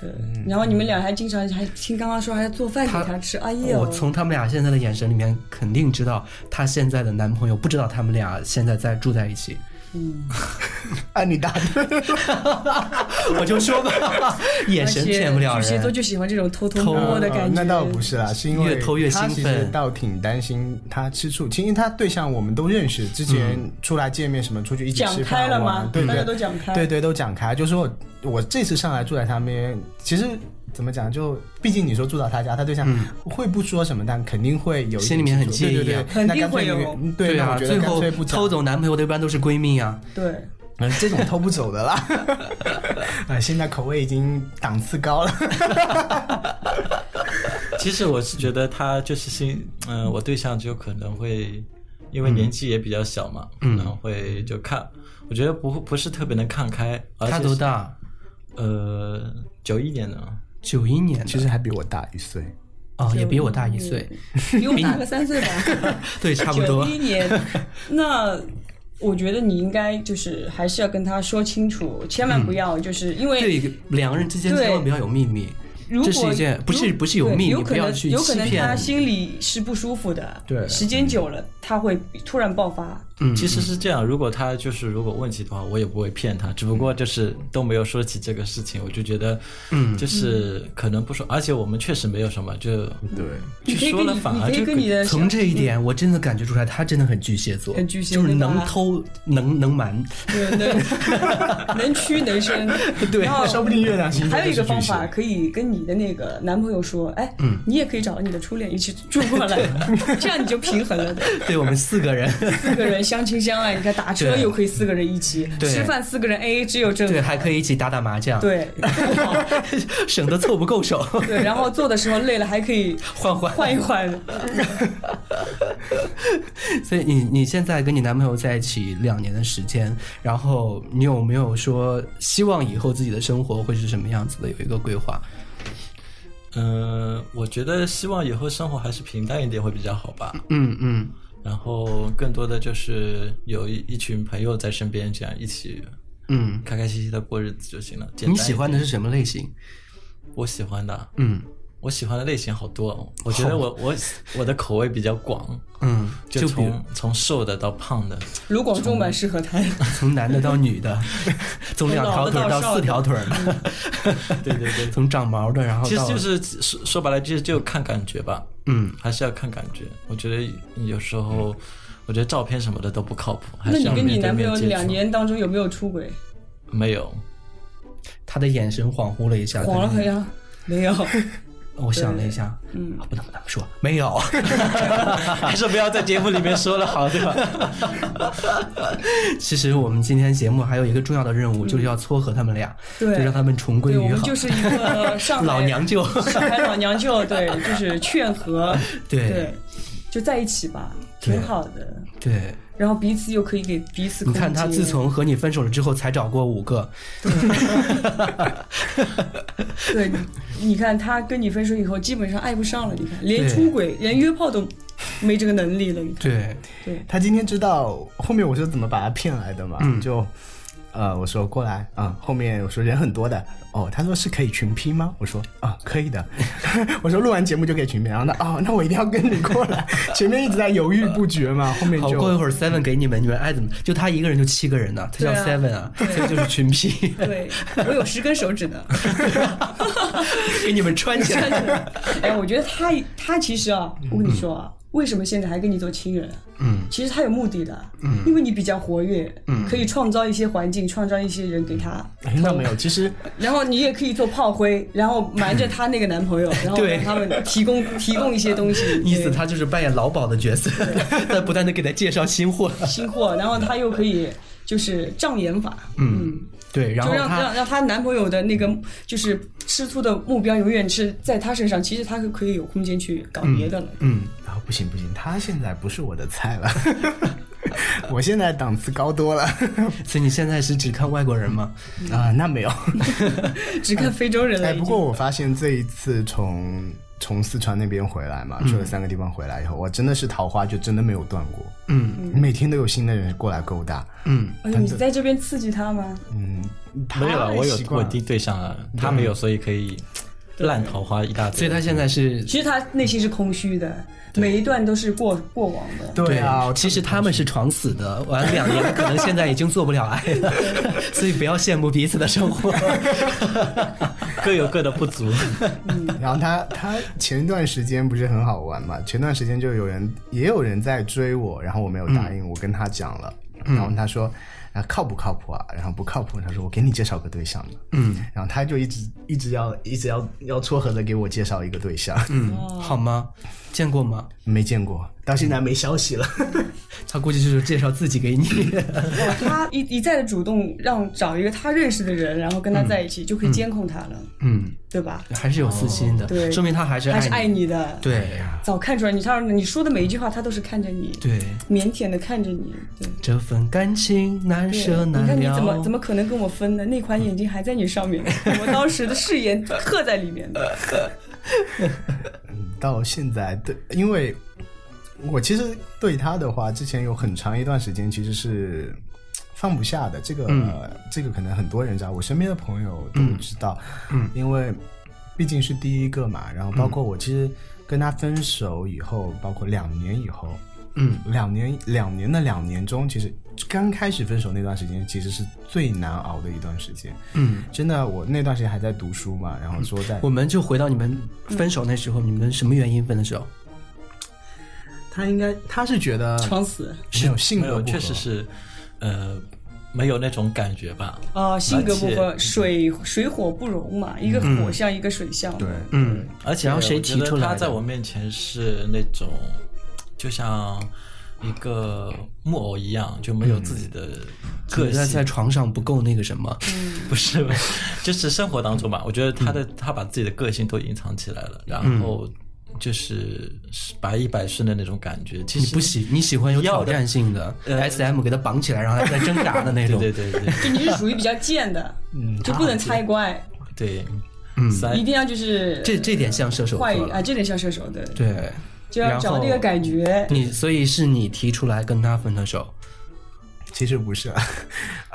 [SPEAKER 8] 对，然后你们俩还经常还听刚刚说还做饭给他吃，哎呦
[SPEAKER 7] 哦我，从他们俩现在的眼神里面，肯定知道她现在的男朋友不知道他们俩现在在住在一起。
[SPEAKER 9] 啊，你答对了。
[SPEAKER 7] 我就说吧， 眼
[SPEAKER 8] 而
[SPEAKER 7] 神
[SPEAKER 8] 且
[SPEAKER 7] 骗不了人。
[SPEAKER 8] 巨蟹座就喜欢这种偷偷摸摸的感觉。
[SPEAKER 9] 嗯那倒不是啦，是因
[SPEAKER 7] 越
[SPEAKER 9] 为
[SPEAKER 7] 偷越兴
[SPEAKER 9] 他
[SPEAKER 7] 奋
[SPEAKER 9] 其实倒挺担心他吃醋，其实他对象我们都认识，之前出来见面什么，出去一起
[SPEAKER 8] 讲
[SPEAKER 9] 吃
[SPEAKER 8] 开
[SPEAKER 9] 饭
[SPEAKER 8] 了
[SPEAKER 9] 玩
[SPEAKER 8] 吗
[SPEAKER 9] 对
[SPEAKER 8] 大
[SPEAKER 9] 对，
[SPEAKER 8] 家都讲开
[SPEAKER 9] 对对都讲开，就说我我这次上来住在他那边，其实。怎么讲？就毕竟你说住到他家，他对象会不说什么，但肯定会有一点
[SPEAKER 7] 嗯心里面很
[SPEAKER 9] 抵触
[SPEAKER 7] 介意啊
[SPEAKER 9] 对对对，
[SPEAKER 8] 肯定
[SPEAKER 9] 那干脆
[SPEAKER 8] 会有
[SPEAKER 9] 你嗯对
[SPEAKER 7] 对
[SPEAKER 9] 那
[SPEAKER 7] 啊，
[SPEAKER 9] 我觉得
[SPEAKER 7] 最
[SPEAKER 9] 干
[SPEAKER 7] 后
[SPEAKER 9] 脆不讲
[SPEAKER 7] 偷走男朋友的一般都是闺蜜啊。
[SPEAKER 8] 对，
[SPEAKER 9] 嗯，这种偷不走的啦。 呃，现在口味已经档次高 了。
[SPEAKER 10] 其实我是觉得他就是心，嗯、我对象就可能会因为年纪也比较小嘛，
[SPEAKER 8] 嗯
[SPEAKER 10] 可能会就看，我觉得不不是特别能看开。而且
[SPEAKER 7] 她多？大？
[SPEAKER 10] 呃，九一年的，
[SPEAKER 7] 九一年的，
[SPEAKER 9] 其实还比我大一岁。
[SPEAKER 7] 哦，也比我大一岁，
[SPEAKER 8] 比我们大个三岁吧，
[SPEAKER 7] 对，差不
[SPEAKER 8] 九
[SPEAKER 7] 多。
[SPEAKER 8] 一年。那我觉得你应该就是还是要跟他说清楚，千万不要就是因为
[SPEAKER 7] 对，两个人之间
[SPEAKER 8] 对
[SPEAKER 7] 千万不要有秘密。
[SPEAKER 8] 如
[SPEAKER 7] 这
[SPEAKER 8] 果
[SPEAKER 7] 是一件不是
[SPEAKER 8] 如
[SPEAKER 7] 不是有秘密，
[SPEAKER 8] 对有
[SPEAKER 7] 不
[SPEAKER 8] 可
[SPEAKER 7] 要
[SPEAKER 8] 能
[SPEAKER 7] 去
[SPEAKER 8] 有
[SPEAKER 7] 欺
[SPEAKER 8] 可能他
[SPEAKER 7] 骗。
[SPEAKER 8] 心里是不舒服的，
[SPEAKER 9] 对
[SPEAKER 8] 时间久了他会突然爆发，
[SPEAKER 10] 嗯，其实是这样，如果他就是如果问起的话，我也不会骗他，只不过就是都没有说起这个事情，我就觉得，嗯，就是可能不说，而且我们确实没有什么，就
[SPEAKER 9] 对，
[SPEAKER 8] 你可以
[SPEAKER 10] 说
[SPEAKER 8] 跟
[SPEAKER 10] 了
[SPEAKER 8] 你，
[SPEAKER 10] 反
[SPEAKER 8] 你
[SPEAKER 10] 而
[SPEAKER 8] 可以
[SPEAKER 10] 就
[SPEAKER 8] 跟你的
[SPEAKER 7] 从这一点，我真的感觉出来，他真的很巨蟹座，
[SPEAKER 8] 很巨蟹
[SPEAKER 7] 就是
[SPEAKER 8] 对吧
[SPEAKER 7] 能偷能能瞒。
[SPEAKER 8] 对能能屈能伸，
[SPEAKER 7] 对
[SPEAKER 8] 然后
[SPEAKER 9] 说不定月亮星
[SPEAKER 8] 哦
[SPEAKER 9] 座
[SPEAKER 8] 还有一个
[SPEAKER 9] 就是
[SPEAKER 8] 方
[SPEAKER 9] 巨蟹
[SPEAKER 8] 法，可以跟你的那个男朋友说，哎，
[SPEAKER 7] 嗯
[SPEAKER 8] 你也可以找你的初恋一起住过 来，这样你就平衡了的。
[SPEAKER 7] 对我们四个人，
[SPEAKER 8] 四个人相亲相爱，你看打车
[SPEAKER 7] 对
[SPEAKER 8] 又可以四个人一起，
[SPEAKER 7] 对
[SPEAKER 8] 吃饭四个人 AA 制又正
[SPEAKER 7] 对，
[SPEAKER 8] 好。
[SPEAKER 7] 还可以一起打打麻将，，
[SPEAKER 8] 对
[SPEAKER 7] 省得凑不够手，
[SPEAKER 8] 对，然后做的时候累了还可以
[SPEAKER 7] 换换
[SPEAKER 8] 换一 换，
[SPEAKER 7] 所以你你现在跟你男朋友在一起两年的时间，然后你有没有说希望以后自己的生活会是什么样子的？有一个规划？
[SPEAKER 10] 嗯、我觉得希望以后生活还是平淡一点会比较好吧。
[SPEAKER 7] 嗯嗯
[SPEAKER 10] 然后更多的就是有一一群朋友在身边，这样一起
[SPEAKER 7] 嗯。
[SPEAKER 10] 开开心心的过日子就行了。简单
[SPEAKER 7] 你
[SPEAKER 10] 一点
[SPEAKER 7] 喜欢的是什么类型？
[SPEAKER 10] 我喜欢的，
[SPEAKER 7] 嗯
[SPEAKER 10] 我喜欢的类型好多哦。我觉得我我我的口味比较广，
[SPEAKER 7] 嗯，
[SPEAKER 10] 就
[SPEAKER 7] 比如
[SPEAKER 10] 从从瘦的到胖的，
[SPEAKER 8] 卢广仲蛮适合他。
[SPEAKER 7] 从男的到女 的，从两条腿到四条腿儿的，
[SPEAKER 8] 嗯
[SPEAKER 10] 对对对。
[SPEAKER 7] 从长毛的，然后
[SPEAKER 10] 其实
[SPEAKER 7] 到
[SPEAKER 10] 就是说说白了，就是就看感觉吧，
[SPEAKER 7] 嗯，
[SPEAKER 10] 还是要看感觉。我觉得有时候，我觉得照片什么的都不靠谱，还
[SPEAKER 8] 那
[SPEAKER 10] 是
[SPEAKER 8] 你
[SPEAKER 10] 要
[SPEAKER 8] 跟你
[SPEAKER 10] 面对
[SPEAKER 8] 男朋
[SPEAKER 10] 面
[SPEAKER 8] 友
[SPEAKER 10] 接触。
[SPEAKER 8] 两年当中有没有出轨？
[SPEAKER 10] 没 有，
[SPEAKER 7] 他的眼神恍惚了一下，
[SPEAKER 8] 黄了
[SPEAKER 7] 可
[SPEAKER 8] 没
[SPEAKER 7] 能
[SPEAKER 8] 有？没 有，
[SPEAKER 7] 我想了一下，嗯，不能不能说没 有，
[SPEAKER 10] 还是不要在节目里面说了好，对吧？
[SPEAKER 7] 其实我们今天节目还有一个重要的任务，就是要撮合他们俩，
[SPEAKER 8] 嗯对
[SPEAKER 7] 就让他们重归
[SPEAKER 8] 对我
[SPEAKER 7] 于
[SPEAKER 8] 们
[SPEAKER 7] 好。
[SPEAKER 8] 就是一个上海
[SPEAKER 7] 老娘 舅，
[SPEAKER 8] 上海老娘舅，对，就是劝和，
[SPEAKER 7] 对
[SPEAKER 8] 对，就在一起吧，
[SPEAKER 7] 对
[SPEAKER 8] 挺好的。
[SPEAKER 7] 对，
[SPEAKER 8] 然后彼此又可以给彼此
[SPEAKER 7] 你
[SPEAKER 8] 空
[SPEAKER 7] 看他
[SPEAKER 8] 间
[SPEAKER 7] 自从和你分手了之后，才找过五个，
[SPEAKER 8] 对，你你看他跟你分手以后，基本上爱不上了。你看，连
[SPEAKER 7] 对
[SPEAKER 8] 出轨、连约炮都没这个能力了。你看，
[SPEAKER 7] 对，
[SPEAKER 9] 他今天知道后面我是怎么把他骗来的嘛？
[SPEAKER 7] 嗯
[SPEAKER 9] 就，呃，我说过来啊、后面我说人很多的，哦，他说是可以群批吗？我说啊、可以的。 我说录完节目就可以群批，然后他哦，那我一定要跟你过来。 前面一直在犹豫不决嘛，后面
[SPEAKER 7] 好，过一
[SPEAKER 9] 就
[SPEAKER 7] 会儿 Seven 给你们，你们爱怎么？就他一个人就七个人呢、他叫
[SPEAKER 8] 对啊
[SPEAKER 7] Seven 啊，所以就是群批，
[SPEAKER 8] 对我有十根手指 呢。
[SPEAKER 7] 给你们穿起来。
[SPEAKER 8] 哎，我觉得他他其实啊，我跟你说啊，为什么现在还跟你做亲人？嗯，其实他有目的的，嗯，因为你比较活跃，嗯，可以创造一些环境，创造一些人给他，
[SPEAKER 9] 哎那没有，其实
[SPEAKER 8] 然后你也可以做炮灰，然后瞒着他那个男朋友，然后
[SPEAKER 7] 对
[SPEAKER 8] 让他们提供提供一些东西，
[SPEAKER 7] 意思
[SPEAKER 8] 对
[SPEAKER 7] 他就是扮演劳保的角 色，在不断的给他介绍新货。
[SPEAKER 8] 新货，然后他又可以就是障眼法，嗯，
[SPEAKER 7] 对，然
[SPEAKER 8] 就
[SPEAKER 7] 后
[SPEAKER 8] 让
[SPEAKER 7] 他
[SPEAKER 8] 让让她男朋友的那个就是吃醋的目标永远是在她身上，其实她是可以有空间去搞别的了。
[SPEAKER 9] 嗯，然后不行不行，他现在不是我的菜了， 我现在档次高多了
[SPEAKER 7] 所以你现在是只看外国人吗？
[SPEAKER 9] 啊，那没有。
[SPEAKER 8] 只看非洲人了
[SPEAKER 9] 哎，
[SPEAKER 8] 已经。
[SPEAKER 9] 不过我发现这一次从从四川那边回来嘛，去了三个地方回来以后，我真的是桃花就真的没有断过。嗯，每天都有新的人过来勾搭。嗯
[SPEAKER 8] 哎呦，你在这边刺激她吗？
[SPEAKER 9] 嗯，太
[SPEAKER 10] 没有啊了，我有
[SPEAKER 9] 习惯
[SPEAKER 10] 稳定对象了，他没有，所以可以烂桃花一大堆。
[SPEAKER 7] 所以他现在是
[SPEAKER 8] 其实她内心是空虚的，每一段都是过过往的。
[SPEAKER 9] 对啊，我
[SPEAKER 7] 其实他们是闯死的，玩两年可能现在已经做不了爱 了，所以不要羡慕彼此的生 活。
[SPEAKER 10] 各有各的不足。
[SPEAKER 9] 然后他他前一段时间不是很好玩嘛？前段时间就有人也有人在追我，然后我没有答应，我跟他讲了，然后他说。啊，靠不靠谱啊？然后不靠谱，他说我给你介绍个对象呢。嗯，然后他就一直一直要一直要要撮合的给我介绍一个对象，
[SPEAKER 7] 嗯，好吗？见过吗？
[SPEAKER 9] 没见过，到现在没消息了。
[SPEAKER 7] 他估计就是介绍自己给你。
[SPEAKER 8] 她哦一一再的主动让找一个她认识的人，然后跟他在一起，就可以监控她了，
[SPEAKER 7] 嗯，
[SPEAKER 8] 对吧？
[SPEAKER 7] 还是有私心的，
[SPEAKER 8] 对
[SPEAKER 7] 说明哦他还是
[SPEAKER 8] 她
[SPEAKER 7] 爱
[SPEAKER 8] 是爱你的，，
[SPEAKER 7] 对
[SPEAKER 8] 早看出来你，她你说的每一句话，她都是看着你，
[SPEAKER 7] 对，
[SPEAKER 8] 腼腆的看着你，对。
[SPEAKER 7] 这份感情难
[SPEAKER 8] 对
[SPEAKER 7] 舍
[SPEAKER 8] 你
[SPEAKER 7] 难
[SPEAKER 8] 看你
[SPEAKER 7] 了。
[SPEAKER 8] 怎么怎么可能跟我分呢？那款眼睛还在你上 面，我当时的誓言刻在里面的。
[SPEAKER 9] 到现在对，因为我其实对他的话，之前有很长一段时间其实是放不下的。这个、这个可能很多人知啊道，我身边的朋友都知道，嗯，因为毕竟是第一个嘛。然后包括我其实跟他分手以后，包括两年以后，嗯，两年两年的两年中，其实刚开始分手那段时间，其实是最难熬的一段时间。嗯，真的，我那段时间还在读书嘛，然后说在，
[SPEAKER 7] 我们就回到你们分手那时候，你们什么原因分的手？
[SPEAKER 9] 他应该他是觉
[SPEAKER 7] 嗯
[SPEAKER 9] 得
[SPEAKER 8] 装死
[SPEAKER 9] 没有性
[SPEAKER 10] 没
[SPEAKER 9] 格
[SPEAKER 10] 有，
[SPEAKER 9] 不合，
[SPEAKER 10] 确实是，呃，没有那种感觉吧。
[SPEAKER 8] 啊，性格不
[SPEAKER 10] 而
[SPEAKER 8] 合，水水火不容嘛，一个火象，一个水象。
[SPEAKER 9] 对，
[SPEAKER 7] 嗯，
[SPEAKER 10] 而且
[SPEAKER 7] 然后谁
[SPEAKER 10] 我觉得
[SPEAKER 7] 提出来的
[SPEAKER 10] 他在我面前是那种，就像一个木偶一样，就没有自己的
[SPEAKER 7] 可
[SPEAKER 10] 个
[SPEAKER 7] 能在
[SPEAKER 10] 性
[SPEAKER 7] 在。床上不够那个什么，
[SPEAKER 9] 嗯
[SPEAKER 10] 不是，不是就是生活当中吧。我觉得他的、他把自己的个性都隐藏起来了，然后就是百依百顺的那种感觉。其
[SPEAKER 7] 你
[SPEAKER 10] 实
[SPEAKER 7] 不喜你喜欢有挑战性的
[SPEAKER 10] 呃
[SPEAKER 7] S M 给他绑起来，然后他在挣扎的那
[SPEAKER 10] 对
[SPEAKER 7] 种。
[SPEAKER 10] 对对对
[SPEAKER 8] 就你是属于比较贱的，
[SPEAKER 9] 嗯
[SPEAKER 8] 就不能太乖，
[SPEAKER 10] 对，嗯，
[SPEAKER 9] 哎
[SPEAKER 10] 三
[SPEAKER 8] 一定要就是
[SPEAKER 7] 这这点像射手座
[SPEAKER 8] 坏啊，
[SPEAKER 7] 了。
[SPEAKER 8] 这点像射手，对，
[SPEAKER 7] 对，
[SPEAKER 8] 就要找那个感觉。
[SPEAKER 7] 你所以是你提出来跟他分的手。
[SPEAKER 9] 其实不是，啊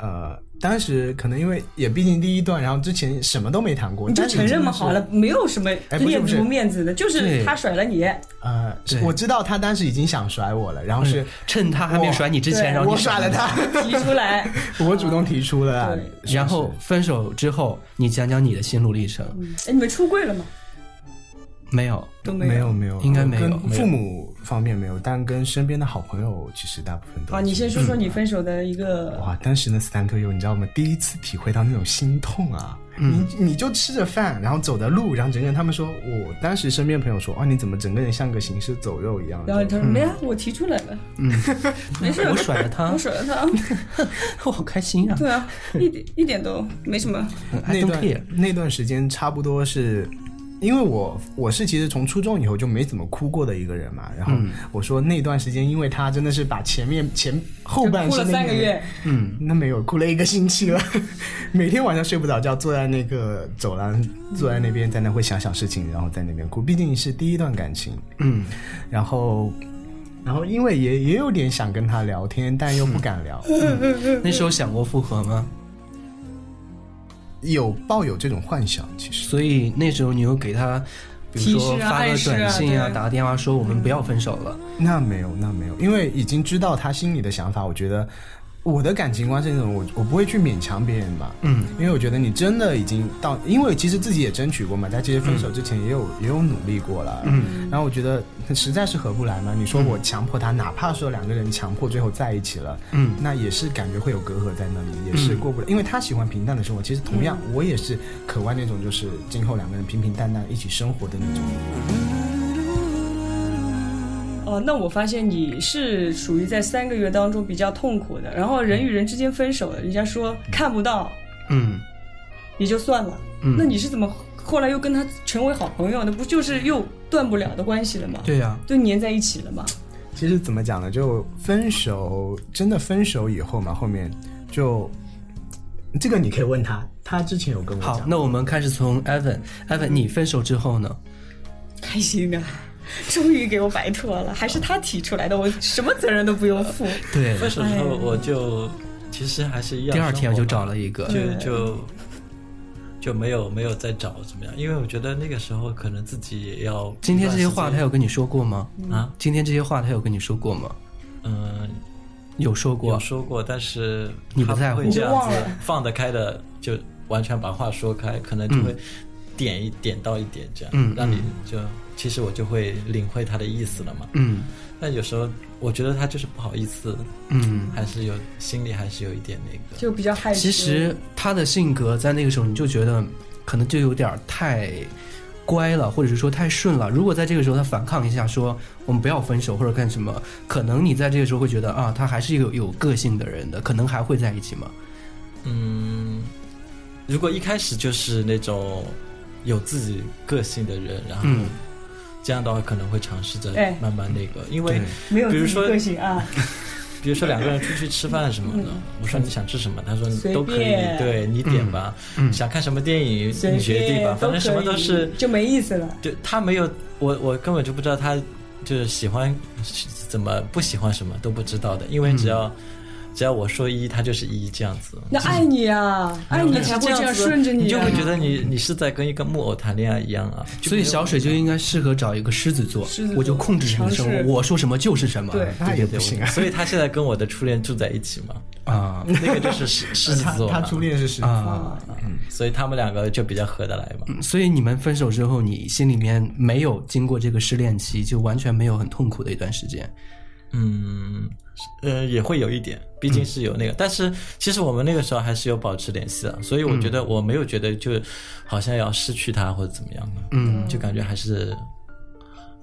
[SPEAKER 9] 呃，当时可能因为也毕竟第一段，然后之前什么都没谈过，
[SPEAKER 8] 你就
[SPEAKER 9] 但是
[SPEAKER 8] 承认嘛，
[SPEAKER 9] 真的是
[SPEAKER 8] 好了，没有什么
[SPEAKER 9] 哎不是
[SPEAKER 8] 面
[SPEAKER 9] 不
[SPEAKER 8] 子
[SPEAKER 9] 是
[SPEAKER 8] 不面子的，就
[SPEAKER 7] 对
[SPEAKER 8] 是他甩了你，
[SPEAKER 9] 呃
[SPEAKER 7] 对，
[SPEAKER 9] 我知道他当时已经想甩我了，然后是
[SPEAKER 7] 嗯趁他还没
[SPEAKER 9] 我
[SPEAKER 7] 甩你之前，
[SPEAKER 8] 对
[SPEAKER 7] 然后
[SPEAKER 9] 我
[SPEAKER 7] 你
[SPEAKER 9] 甩了他，
[SPEAKER 8] 提出 来，
[SPEAKER 9] 我主动提出了啊，
[SPEAKER 8] 对
[SPEAKER 9] 是不是
[SPEAKER 7] 然后分手之后，你讲讲你的心路历程。
[SPEAKER 8] 哎，你们出柜了吗？
[SPEAKER 7] 没有，
[SPEAKER 8] 都
[SPEAKER 9] 没
[SPEAKER 8] 有
[SPEAKER 9] 有没有，
[SPEAKER 7] 应该没有
[SPEAKER 9] 跟父母方面没有，但跟身边的好朋友其实大部分都嗯
[SPEAKER 8] 啊。
[SPEAKER 9] 是
[SPEAKER 8] 你先说说你分手的一个，
[SPEAKER 9] 哇，当时那斯坦克又你知道吗？第一次体会到那种心痛啊！
[SPEAKER 8] 嗯
[SPEAKER 9] 你你就吃着饭，然后走的路，然后整个人他们说，我当时身边朋友说，哦，你怎么整个人像个行尸走肉一样？
[SPEAKER 8] 然后他说没啊，我提出来了，
[SPEAKER 9] 嗯
[SPEAKER 8] 没事，
[SPEAKER 7] 我甩了
[SPEAKER 9] 啊
[SPEAKER 7] 他
[SPEAKER 8] 我，甩了他，啊
[SPEAKER 7] 我好开心啊！
[SPEAKER 8] 对啊，一点一点都没什么。
[SPEAKER 7] I
[SPEAKER 9] 那
[SPEAKER 7] don't care
[SPEAKER 9] 段那段时间差不多是。因为我我是其实从初中以后就没怎么哭过的一个人嘛，然后
[SPEAKER 8] 嗯
[SPEAKER 9] 我说那段时间，因为他真的是把前面前后半
[SPEAKER 8] 哭
[SPEAKER 9] 生
[SPEAKER 8] 了
[SPEAKER 9] 的
[SPEAKER 8] 三个
[SPEAKER 9] 那
[SPEAKER 8] 月，
[SPEAKER 9] 嗯，那没有，哭了一个星期了， 每天晚上睡不着觉，坐在那个走廊，坐在那边，在那会想想事情，然后在那边哭。毕竟是第一段感情，嗯，然后，然后因为也也有点想跟他聊天，但又不敢聊，
[SPEAKER 7] 那时候想过复合吗？
[SPEAKER 9] 有抱有这种幻想，其实
[SPEAKER 7] 所以那时候你又给他，比如说
[SPEAKER 8] 提示啊
[SPEAKER 7] 发个
[SPEAKER 8] 暗示啊
[SPEAKER 7] 短信啊，
[SPEAKER 8] 对
[SPEAKER 7] 打个电话说我们不要分手了。
[SPEAKER 9] 那没有，那没有，因为已经知道他心里的想法，我觉得。我的感情观是那种，我我不会去勉强别人吧，嗯，因为我觉得你真的已经到，因为其实自己也争取过嘛，在其实分手之前也有、也有努力过了，嗯，然后我觉得实在是合不来嘛，你说我强迫他，哪怕说两个人强迫最后在一起了，嗯，那也是感觉会有隔阂在那里，也是过不了，因为他喜欢平淡的生活，其实同样我也是渴望那种就是今后两个人平平淡淡一起生活的那种，
[SPEAKER 8] 哦，那我发现你是属于在三个月当中比较痛苦的，然后人与人之间分手的，人家说看不到
[SPEAKER 9] 嗯，
[SPEAKER 8] 也就算了，
[SPEAKER 10] 嗯
[SPEAKER 8] 那你是怎么后来又跟他成为好朋友？那不就是又断不了的关系了吗？，
[SPEAKER 7] 对呀、
[SPEAKER 8] 就粘在一起了嘛。
[SPEAKER 9] 其实怎么讲呢？就分手，真的分手以后嘛，后面就这个你可以问他，他之前有跟我
[SPEAKER 7] 好，
[SPEAKER 9] 讲。
[SPEAKER 7] 那我们开始从 Evan，Evan，你分手之后呢？
[SPEAKER 8] 开心啊！ 终于给我摆脱了，还是他提出来的，我什么责任都不用负。
[SPEAKER 7] 对
[SPEAKER 10] 分手之后，我就其实还是一样。
[SPEAKER 7] 第二天我就找
[SPEAKER 10] 了。
[SPEAKER 7] 了一个，
[SPEAKER 10] 就就就没有没有再找怎么样，因为我觉得那个时候可能自己也要
[SPEAKER 7] 今天这些话
[SPEAKER 10] 一
[SPEAKER 7] 他
[SPEAKER 10] 段
[SPEAKER 7] 有跟你说过吗？
[SPEAKER 10] 时间啊，
[SPEAKER 7] 今天这些话他有跟你说过吗？
[SPEAKER 10] 嗯，
[SPEAKER 7] 有说
[SPEAKER 10] 有
[SPEAKER 7] 过，
[SPEAKER 10] 说过，但是
[SPEAKER 7] 呃你不
[SPEAKER 10] 他
[SPEAKER 7] 在乎
[SPEAKER 10] 会这
[SPEAKER 8] 你就
[SPEAKER 10] 样
[SPEAKER 8] 忘
[SPEAKER 10] 子
[SPEAKER 8] 了
[SPEAKER 10] 放得开的，就完全把话说开，可能就会点一点到一点这样，
[SPEAKER 7] 嗯
[SPEAKER 10] 让你就其实我就会领会他的意思了嘛。
[SPEAKER 7] 嗯
[SPEAKER 10] 但有时候我觉得他就是不好意思，
[SPEAKER 7] 嗯。
[SPEAKER 10] 还是有心里还是有一点那个。
[SPEAKER 8] 就比较害羞。
[SPEAKER 7] 其实他的性格在那个时候，你就觉得可能就有点儿太乖了，或者是说太顺了。如果在这个时候他反抗一下，说我们不要分手或者干什么，可能你在这个时候会觉得啊，他还是有有个性的人的，可能还会在一起嘛。
[SPEAKER 10] 嗯，如果一开始就是那种有自己个性的人，然后
[SPEAKER 7] 嗯
[SPEAKER 10] 这样的话可能会尝试着
[SPEAKER 8] 哎
[SPEAKER 10] 慢慢那个，因为
[SPEAKER 7] 对
[SPEAKER 8] 没有
[SPEAKER 10] 比如
[SPEAKER 8] 自己
[SPEAKER 10] 说
[SPEAKER 8] 个性啊，
[SPEAKER 10] 比如说两个人出去吃饭什么的，我说你想吃什么，他说你都可以
[SPEAKER 8] 嗯随，便
[SPEAKER 10] 对你点吧，
[SPEAKER 9] 嗯
[SPEAKER 10] 想看什么电影
[SPEAKER 8] 随
[SPEAKER 10] 你
[SPEAKER 8] 便
[SPEAKER 10] 决定吧，反正什么
[SPEAKER 8] 都
[SPEAKER 10] 都
[SPEAKER 8] 可以
[SPEAKER 10] 是，
[SPEAKER 8] 就没意思了。
[SPEAKER 10] 就他没有我我根本就不知道
[SPEAKER 9] 嗯
[SPEAKER 10] 他就是喜欢怎么不喜欢什么都不知道的，因为只要只要我说一，他就是一这样子。
[SPEAKER 8] 那爱你啊，爱你才会这样顺着
[SPEAKER 10] 你，
[SPEAKER 8] 你
[SPEAKER 10] 就
[SPEAKER 8] 啊
[SPEAKER 10] 会觉得你你是在跟一个木偶谈恋爱一样啊。
[SPEAKER 7] 所以小水就应该适合找一个狮子座
[SPEAKER 8] 狮子，座
[SPEAKER 7] 我就控制你的生
[SPEAKER 8] 强势
[SPEAKER 7] 活，我说什么就是什么。
[SPEAKER 8] 对
[SPEAKER 9] 那也不行啊
[SPEAKER 10] 所以他现在跟我的初恋住在一起嘛，
[SPEAKER 7] 啊
[SPEAKER 10] 那个就是 狮狮子座
[SPEAKER 9] 他
[SPEAKER 10] 嘛，
[SPEAKER 9] 初恋是谁？，
[SPEAKER 7] 啊！
[SPEAKER 10] 所以他们两个就比较合得来嘛。
[SPEAKER 8] 嗯
[SPEAKER 7] 所以你们分手之后，你心里面没有经过这个失恋期，就完全没有很痛苦的一段时间。
[SPEAKER 10] 嗯，呃，也会有一点，毕竟是有那个，但是其实我们那个时候还是有保持联系的，所以我觉得我没有觉得就好像要失去他或者怎么样的，嗯，就感觉还是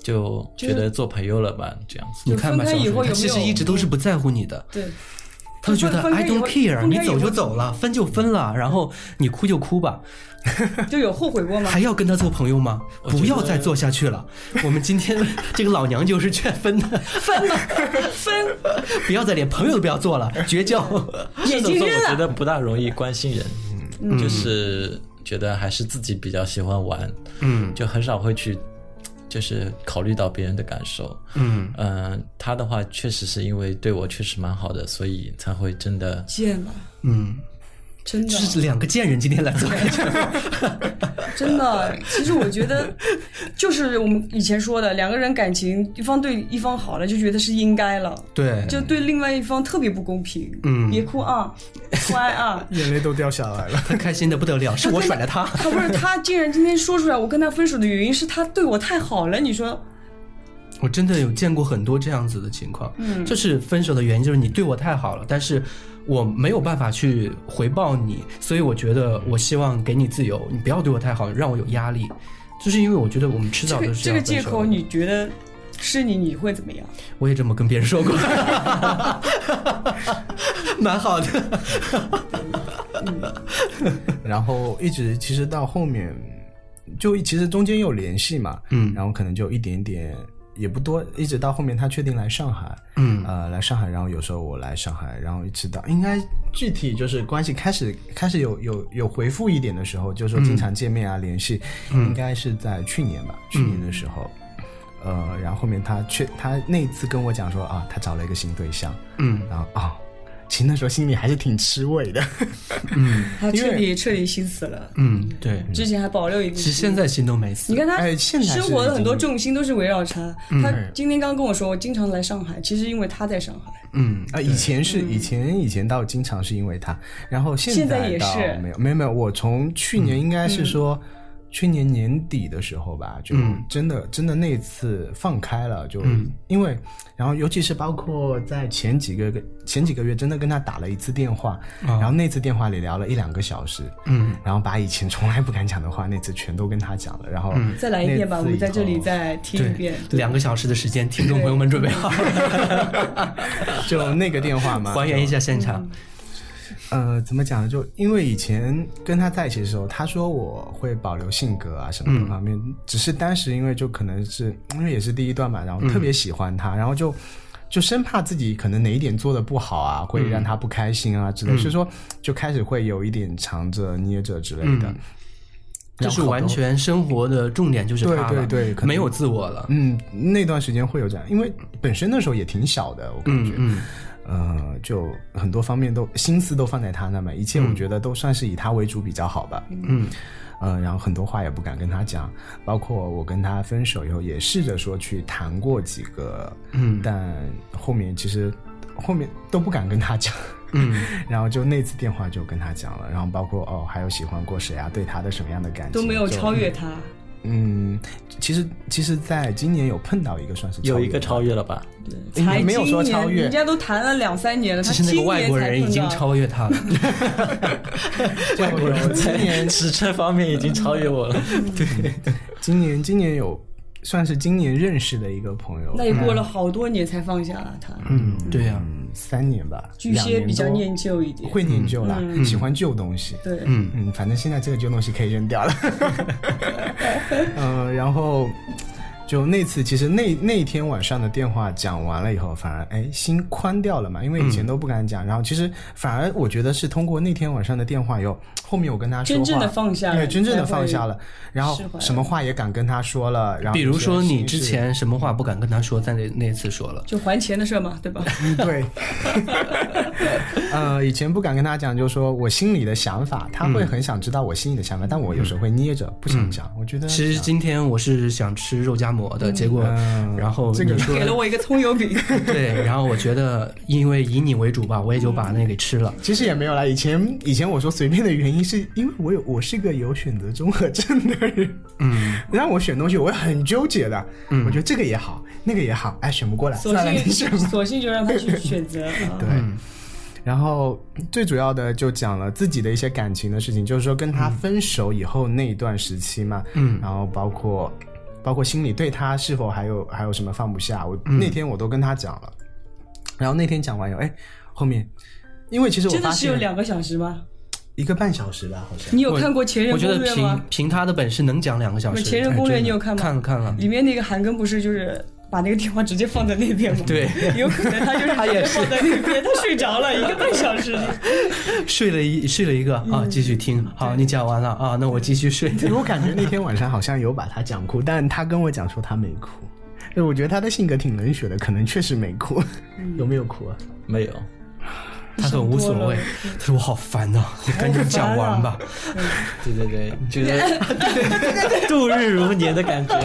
[SPEAKER 10] 就觉得做朋友了吧，这样子。
[SPEAKER 7] 你看吧，
[SPEAKER 8] 分
[SPEAKER 7] 小
[SPEAKER 8] 开以
[SPEAKER 7] 水，
[SPEAKER 8] 后
[SPEAKER 7] 他
[SPEAKER 8] 有没有
[SPEAKER 7] 其实一直都是不在乎你的，
[SPEAKER 8] 对，
[SPEAKER 7] 他就觉得
[SPEAKER 8] 分分
[SPEAKER 7] I
[SPEAKER 8] 开以后
[SPEAKER 7] don't care，
[SPEAKER 8] 分
[SPEAKER 7] 你
[SPEAKER 8] 开以后
[SPEAKER 7] 走就走了，分就分了，然后你哭就哭吧，
[SPEAKER 8] 就有后悔过吗
[SPEAKER 7] 还？要跟他做朋友吗？
[SPEAKER 10] 我觉得
[SPEAKER 7] 不要再做下去了。我们今 天这个老娘就是劝分的，分了，分， 不要再连朋友都不要做了，绝 交。
[SPEAKER 8] 眼睛
[SPEAKER 10] 所以
[SPEAKER 8] 扔
[SPEAKER 10] 我觉
[SPEAKER 8] 了，
[SPEAKER 10] 得不大容易关心人，就是觉得还是自己比较喜欢玩，
[SPEAKER 7] 嗯
[SPEAKER 10] 就很少会去。就是考虑到别人的感受，
[SPEAKER 7] 嗯
[SPEAKER 10] 嗯、他的话确实是因为对我确实蛮好的，所以才会真的
[SPEAKER 8] 贱了，
[SPEAKER 7] 嗯，
[SPEAKER 8] 真的
[SPEAKER 7] 这，是两个贱人今天来做客。
[SPEAKER 8] 真的。其实我觉得，就是我们以前说的，两个人感情一方对一方好了，就觉得是应该了。
[SPEAKER 7] 对，
[SPEAKER 8] 就对另外一方特别不公平，
[SPEAKER 7] 嗯
[SPEAKER 8] 别哭啊，乖啊
[SPEAKER 9] 眼泪都掉下来 了。
[SPEAKER 7] 他开心的不得了，是我甩了 他。
[SPEAKER 8] 他不是他竟然今天说出来，我跟他分手的原因是他对我太好了，你说
[SPEAKER 7] 我真的有见过很多这样子的情况，嗯，就是分手的原因就是你对我太好了，但是我没有办法去回报你，所以我觉得我希望给你自由，你不要对我太好，让我有压力，就是因为我觉得我们迟
[SPEAKER 8] 这
[SPEAKER 7] 早
[SPEAKER 8] 个
[SPEAKER 7] 都是
[SPEAKER 8] 这
[SPEAKER 7] 要
[SPEAKER 8] 个
[SPEAKER 7] 分手的
[SPEAKER 8] 借口，你觉得是你你会怎么样？
[SPEAKER 7] 我也这么跟别人说过，蛮好的，
[SPEAKER 9] 然后一直其实到后面，就其实中间有联系嘛，
[SPEAKER 7] 嗯
[SPEAKER 9] 然后可能就一点点，也不多，一直到后面他确定来上海，
[SPEAKER 7] 嗯
[SPEAKER 9] 呃，来上海，然后有时候我来上海，然后一直到应该具体就是关系开始开始有有有回复一点的时候，就说经常见面啊、联系，
[SPEAKER 7] 嗯
[SPEAKER 9] 应该是在去年吧，去年的时候。呃，然后后面他确他那一次跟我讲说啊，他找了一个新对象，
[SPEAKER 7] 嗯
[SPEAKER 9] 然后啊、其实那时候心里还是挺吃味的，
[SPEAKER 8] 他
[SPEAKER 9] 因为
[SPEAKER 8] 彻底彻底心死了，
[SPEAKER 7] 嗯， 对，
[SPEAKER 8] 之前还保留一个
[SPEAKER 7] 其
[SPEAKER 8] 心，
[SPEAKER 7] 实现在心都没死，
[SPEAKER 8] 你看他
[SPEAKER 9] 哎现在是
[SPEAKER 8] 生活的很多重心都是围绕着他。
[SPEAKER 7] 嗯
[SPEAKER 8] 他今天刚跟我说，我经常来上海，其实因为他在上海。
[SPEAKER 7] 嗯
[SPEAKER 9] 啊，以前是以前以前倒经常是因为他，然后
[SPEAKER 8] 现在
[SPEAKER 9] 在
[SPEAKER 8] 也
[SPEAKER 9] 倒
[SPEAKER 8] 是嗯
[SPEAKER 9] 没有没有没有，我从去
[SPEAKER 7] 嗯
[SPEAKER 9] 年应该是说。去年年底的时候吧，就
[SPEAKER 7] 嗯
[SPEAKER 9] 真的、真的那次放开了，就
[SPEAKER 7] 嗯
[SPEAKER 9] 因为，然后尤其是包括在前几个前几个月，真的跟他打了一次电话，
[SPEAKER 7] 啊
[SPEAKER 9] 然后那次电话里聊了一两个小时，
[SPEAKER 7] 嗯
[SPEAKER 9] 然后把以前从来不敢讲的话，那次全都跟他讲了，然后、
[SPEAKER 7] 嗯
[SPEAKER 8] 再来一遍吧，我们在这里再听一
[SPEAKER 7] 对
[SPEAKER 8] 遍。，
[SPEAKER 7] 两个小时的时间，听众朋友们准备好了，
[SPEAKER 9] 就那个电话嘛，
[SPEAKER 7] 还原一
[SPEAKER 9] 就
[SPEAKER 7] 下现
[SPEAKER 8] 嗯
[SPEAKER 7] 场，
[SPEAKER 9] 呃，怎么讲呢？就因为以前跟他在一起的时候，他说我会保留性格啊什么
[SPEAKER 7] 嗯
[SPEAKER 9] 各方面，只是当时因为就可能是因为也是第一段嘛，然后特别
[SPEAKER 7] 嗯
[SPEAKER 9] 喜欢他，然后就就生怕自己可能哪一点做的不好啊，会
[SPEAKER 7] 嗯
[SPEAKER 9] 让他不开心啊之类，所以说就开始会有一点藏着掖着之类的。
[SPEAKER 7] 嗯就是完全生活的重点就是他了，
[SPEAKER 9] 对对对
[SPEAKER 7] 没有自我了。
[SPEAKER 9] 嗯，那段时间会有这样，因为本身那时候也挺小的，我感觉，
[SPEAKER 7] 嗯
[SPEAKER 9] 呃，就很多方面都心思都放在他那嘛，一切我觉得都算是以他为主比较好吧。
[SPEAKER 7] 嗯
[SPEAKER 9] 呃，然后很多话也不敢跟他讲，包括我跟他分手以后，也试着说去谈过几个，
[SPEAKER 7] 嗯
[SPEAKER 9] 但后面其实后面都不敢跟他讲，
[SPEAKER 7] 嗯，
[SPEAKER 9] 然后就那次电话就跟他讲了，然后包括哦，还有喜欢过谁啊，对他的什么样的感情
[SPEAKER 8] 都没有
[SPEAKER 9] 就
[SPEAKER 8] 超越他，
[SPEAKER 9] 嗯，其实其实，在今年有碰到一个算是
[SPEAKER 10] 有一个
[SPEAKER 9] 超。
[SPEAKER 10] 超越了吧？
[SPEAKER 9] 应该
[SPEAKER 8] 才
[SPEAKER 9] 哎没有说
[SPEAKER 8] 今年
[SPEAKER 9] 超越
[SPEAKER 8] 人家都谈了两三年了，他
[SPEAKER 7] 只是那
[SPEAKER 8] 今
[SPEAKER 7] 个
[SPEAKER 8] 年
[SPEAKER 7] 外国
[SPEAKER 8] 才
[SPEAKER 7] 人已
[SPEAKER 8] 碰
[SPEAKER 7] 经
[SPEAKER 8] 到
[SPEAKER 7] 超越他了。
[SPEAKER 9] 外国人今
[SPEAKER 10] 在
[SPEAKER 9] 年
[SPEAKER 10] 尺寸方面已经超越我了。
[SPEAKER 9] 今年今年有算是今年认识的一个朋友，
[SPEAKER 8] 那也过了好多年才放下了他。
[SPEAKER 7] 嗯，对呀、
[SPEAKER 9] 嗯三年吧，
[SPEAKER 8] 巨蟹比较念旧一
[SPEAKER 9] 两年多
[SPEAKER 8] 点，嗯
[SPEAKER 9] 会念旧啦，喜欢旧东西。
[SPEAKER 8] 对，
[SPEAKER 7] 嗯
[SPEAKER 9] 嗯， 反正现在这个旧东西可以扔掉了。呃，然后就那次，其实那那天晚上的电话讲完了以后，反而哎心宽掉了嘛，因为以前都不敢
[SPEAKER 7] 嗯
[SPEAKER 9] 讲。然后其实反而我觉得是通过那天晚上的电话以后，后面我跟他说
[SPEAKER 8] 真
[SPEAKER 9] 话，
[SPEAKER 8] 正地放下了
[SPEAKER 9] 对，真正
[SPEAKER 8] 才
[SPEAKER 9] 的
[SPEAKER 8] 会
[SPEAKER 9] 放下了。然后
[SPEAKER 8] 释怀
[SPEAKER 9] 什么话也敢跟他说了。 然后
[SPEAKER 7] 比如说
[SPEAKER 9] 有些
[SPEAKER 7] 你
[SPEAKER 9] 心事
[SPEAKER 7] 之前什么话不敢跟他说，在那那次说了，
[SPEAKER 8] 就还钱的事儿嘛，对吧？
[SPEAKER 9] 对， 呃，以前不敢跟他讲，就是说我心里的想法，他会很想知道我心里的想法，但我有时候会捏着不想讲。我觉得
[SPEAKER 7] 其实今天我是想吃肉夹馍
[SPEAKER 8] 嗯
[SPEAKER 7] 的，结果然后
[SPEAKER 9] 嗯这个
[SPEAKER 7] 你说
[SPEAKER 8] 给了我一个葱油饼，
[SPEAKER 7] 对，然后我觉得因为以你为主吧，我也就把那给吃了。
[SPEAKER 9] 其实也没有啦，以前以前我说随便的原因是因为我有我是个有选择综合症的人，嗯，让我选东西我会很纠结的，嗯，我觉得这个也好，那个也好，哎，选不过来，
[SPEAKER 8] 索
[SPEAKER 9] 算了，你选
[SPEAKER 8] 性
[SPEAKER 9] 吧。
[SPEAKER 8] 索性就让他去选择。啊
[SPEAKER 9] 对，然后最主要的就讲了自己的一些感情的事情，就是说跟他分手以后那一段时期嘛，嗯，然后包括包括心里对他是否还有还有什么放不下，我、那天我都跟他讲了，然后那天讲完以后，哎，后面因为其实我
[SPEAKER 8] 真
[SPEAKER 9] 发
[SPEAKER 8] 的是有
[SPEAKER 9] 现
[SPEAKER 8] 两个小时吗？
[SPEAKER 9] 一个半小时吧，好像
[SPEAKER 8] 你有看过《前任
[SPEAKER 7] 我觉
[SPEAKER 8] 攻
[SPEAKER 7] 得
[SPEAKER 8] 略》
[SPEAKER 7] 凭
[SPEAKER 8] 吗？
[SPEAKER 7] 凭他的本事能讲两个小
[SPEAKER 8] 不
[SPEAKER 7] 时。
[SPEAKER 8] 是《前任攻略》，
[SPEAKER 7] 哎
[SPEAKER 8] 你有看吗？
[SPEAKER 7] 看了看了，
[SPEAKER 8] 里面那个韩庚不是就是把那个电话直接放在那边吗？
[SPEAKER 7] 对，
[SPEAKER 8] 有可能他 就是他也是放在那边，他睡着了一个半小时。
[SPEAKER 7] 啊睡了一睡了一个
[SPEAKER 8] 嗯
[SPEAKER 7] 啊，继续听。好，你讲完了啊，那我继续睡。
[SPEAKER 9] 我感觉那天晚上好像有把他讲哭，但他跟我讲说他没哭。就我觉得他的性格挺冷血的，可能确实没哭。 有没有哭啊？
[SPEAKER 10] 没有，
[SPEAKER 7] 他很无所谓，他说我好烦呐、我赶紧讲完吧。
[SPEAKER 8] 啊
[SPEAKER 10] 对对对，觉得度日如年的感觉，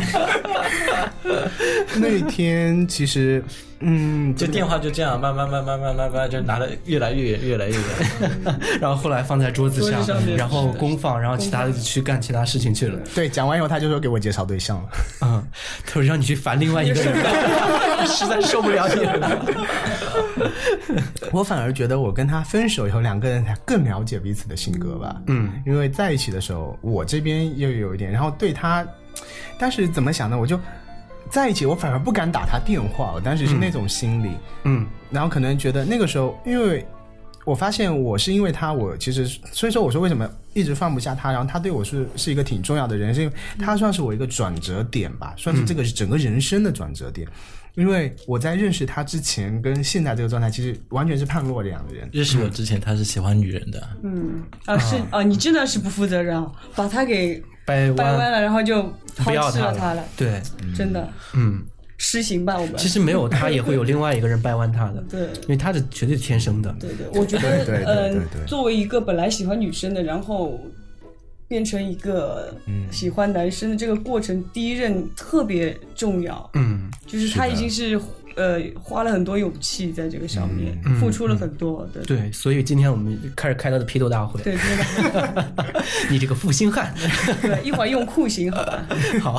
[SPEAKER 9] 那天其实，嗯，
[SPEAKER 10] 就电话就这样慢慢慢慢慢慢慢，就拿的越来越远，越来越远。
[SPEAKER 7] 然后后来放在桌子上，
[SPEAKER 8] 桌子上面
[SPEAKER 7] 然后公放，然后其他的去干其他事情去了。
[SPEAKER 9] 对，讲完以后他就说给我介绍对象了。
[SPEAKER 7] 嗯，他说让你去烦另外一个人， 实在受不了你了。
[SPEAKER 9] 我反而觉得我跟他分手以后，两个人才更了解彼此的性格吧。嗯，因为在一起的时候，我这边又有一点，然后对他，当时怎么想呢？我就在一起，我反而不敢打他电话，我当时是那种心理。
[SPEAKER 7] 嗯，
[SPEAKER 9] 然后可能觉得那个时候，因为我发现我是因为他，我其实所以说我说为什么一直放不下他，然后他对我是是一个挺重要的人，是因为他算是我一个转折点吧，算是这个整个人生的转折点。因为我在认识他之前跟现在这个状态，其实完全是判若两人。
[SPEAKER 10] 认识我之前，他是喜欢女人的，
[SPEAKER 8] 嗯啊是啊，你真的是不负责任啊，把他给
[SPEAKER 7] 掰
[SPEAKER 8] 掰
[SPEAKER 7] 弯
[SPEAKER 8] 弯了，然后就
[SPEAKER 7] 不
[SPEAKER 8] 抛
[SPEAKER 7] 要
[SPEAKER 8] 弃
[SPEAKER 7] 他
[SPEAKER 8] 他了，
[SPEAKER 7] 对，
[SPEAKER 8] 真的
[SPEAKER 7] 嗯，
[SPEAKER 8] 实行吧我们。
[SPEAKER 7] 其实没有他也会有另外一个人掰弯他的，
[SPEAKER 8] 对
[SPEAKER 7] 因为他的绝对是天生的。
[SPEAKER 8] 对对，我觉
[SPEAKER 9] 对
[SPEAKER 8] 得
[SPEAKER 9] 对对对
[SPEAKER 8] 嗯
[SPEAKER 9] 对，
[SPEAKER 8] 作为一个本来喜欢女生的，然后变成一个
[SPEAKER 7] 嗯
[SPEAKER 8] 喜欢男生的这个过程，第一任特别重要。
[SPEAKER 7] 嗯，
[SPEAKER 8] 就是他已经是呃花了很多勇气在这个上面，
[SPEAKER 7] 嗯
[SPEAKER 8] 付出了很多。对
[SPEAKER 7] 对，所以今天我们开始开他的批斗大会。
[SPEAKER 8] 对，真的
[SPEAKER 7] 你这个负心汉，
[SPEAKER 8] 对，一会儿用酷刑好
[SPEAKER 7] 好，
[SPEAKER 8] 吧，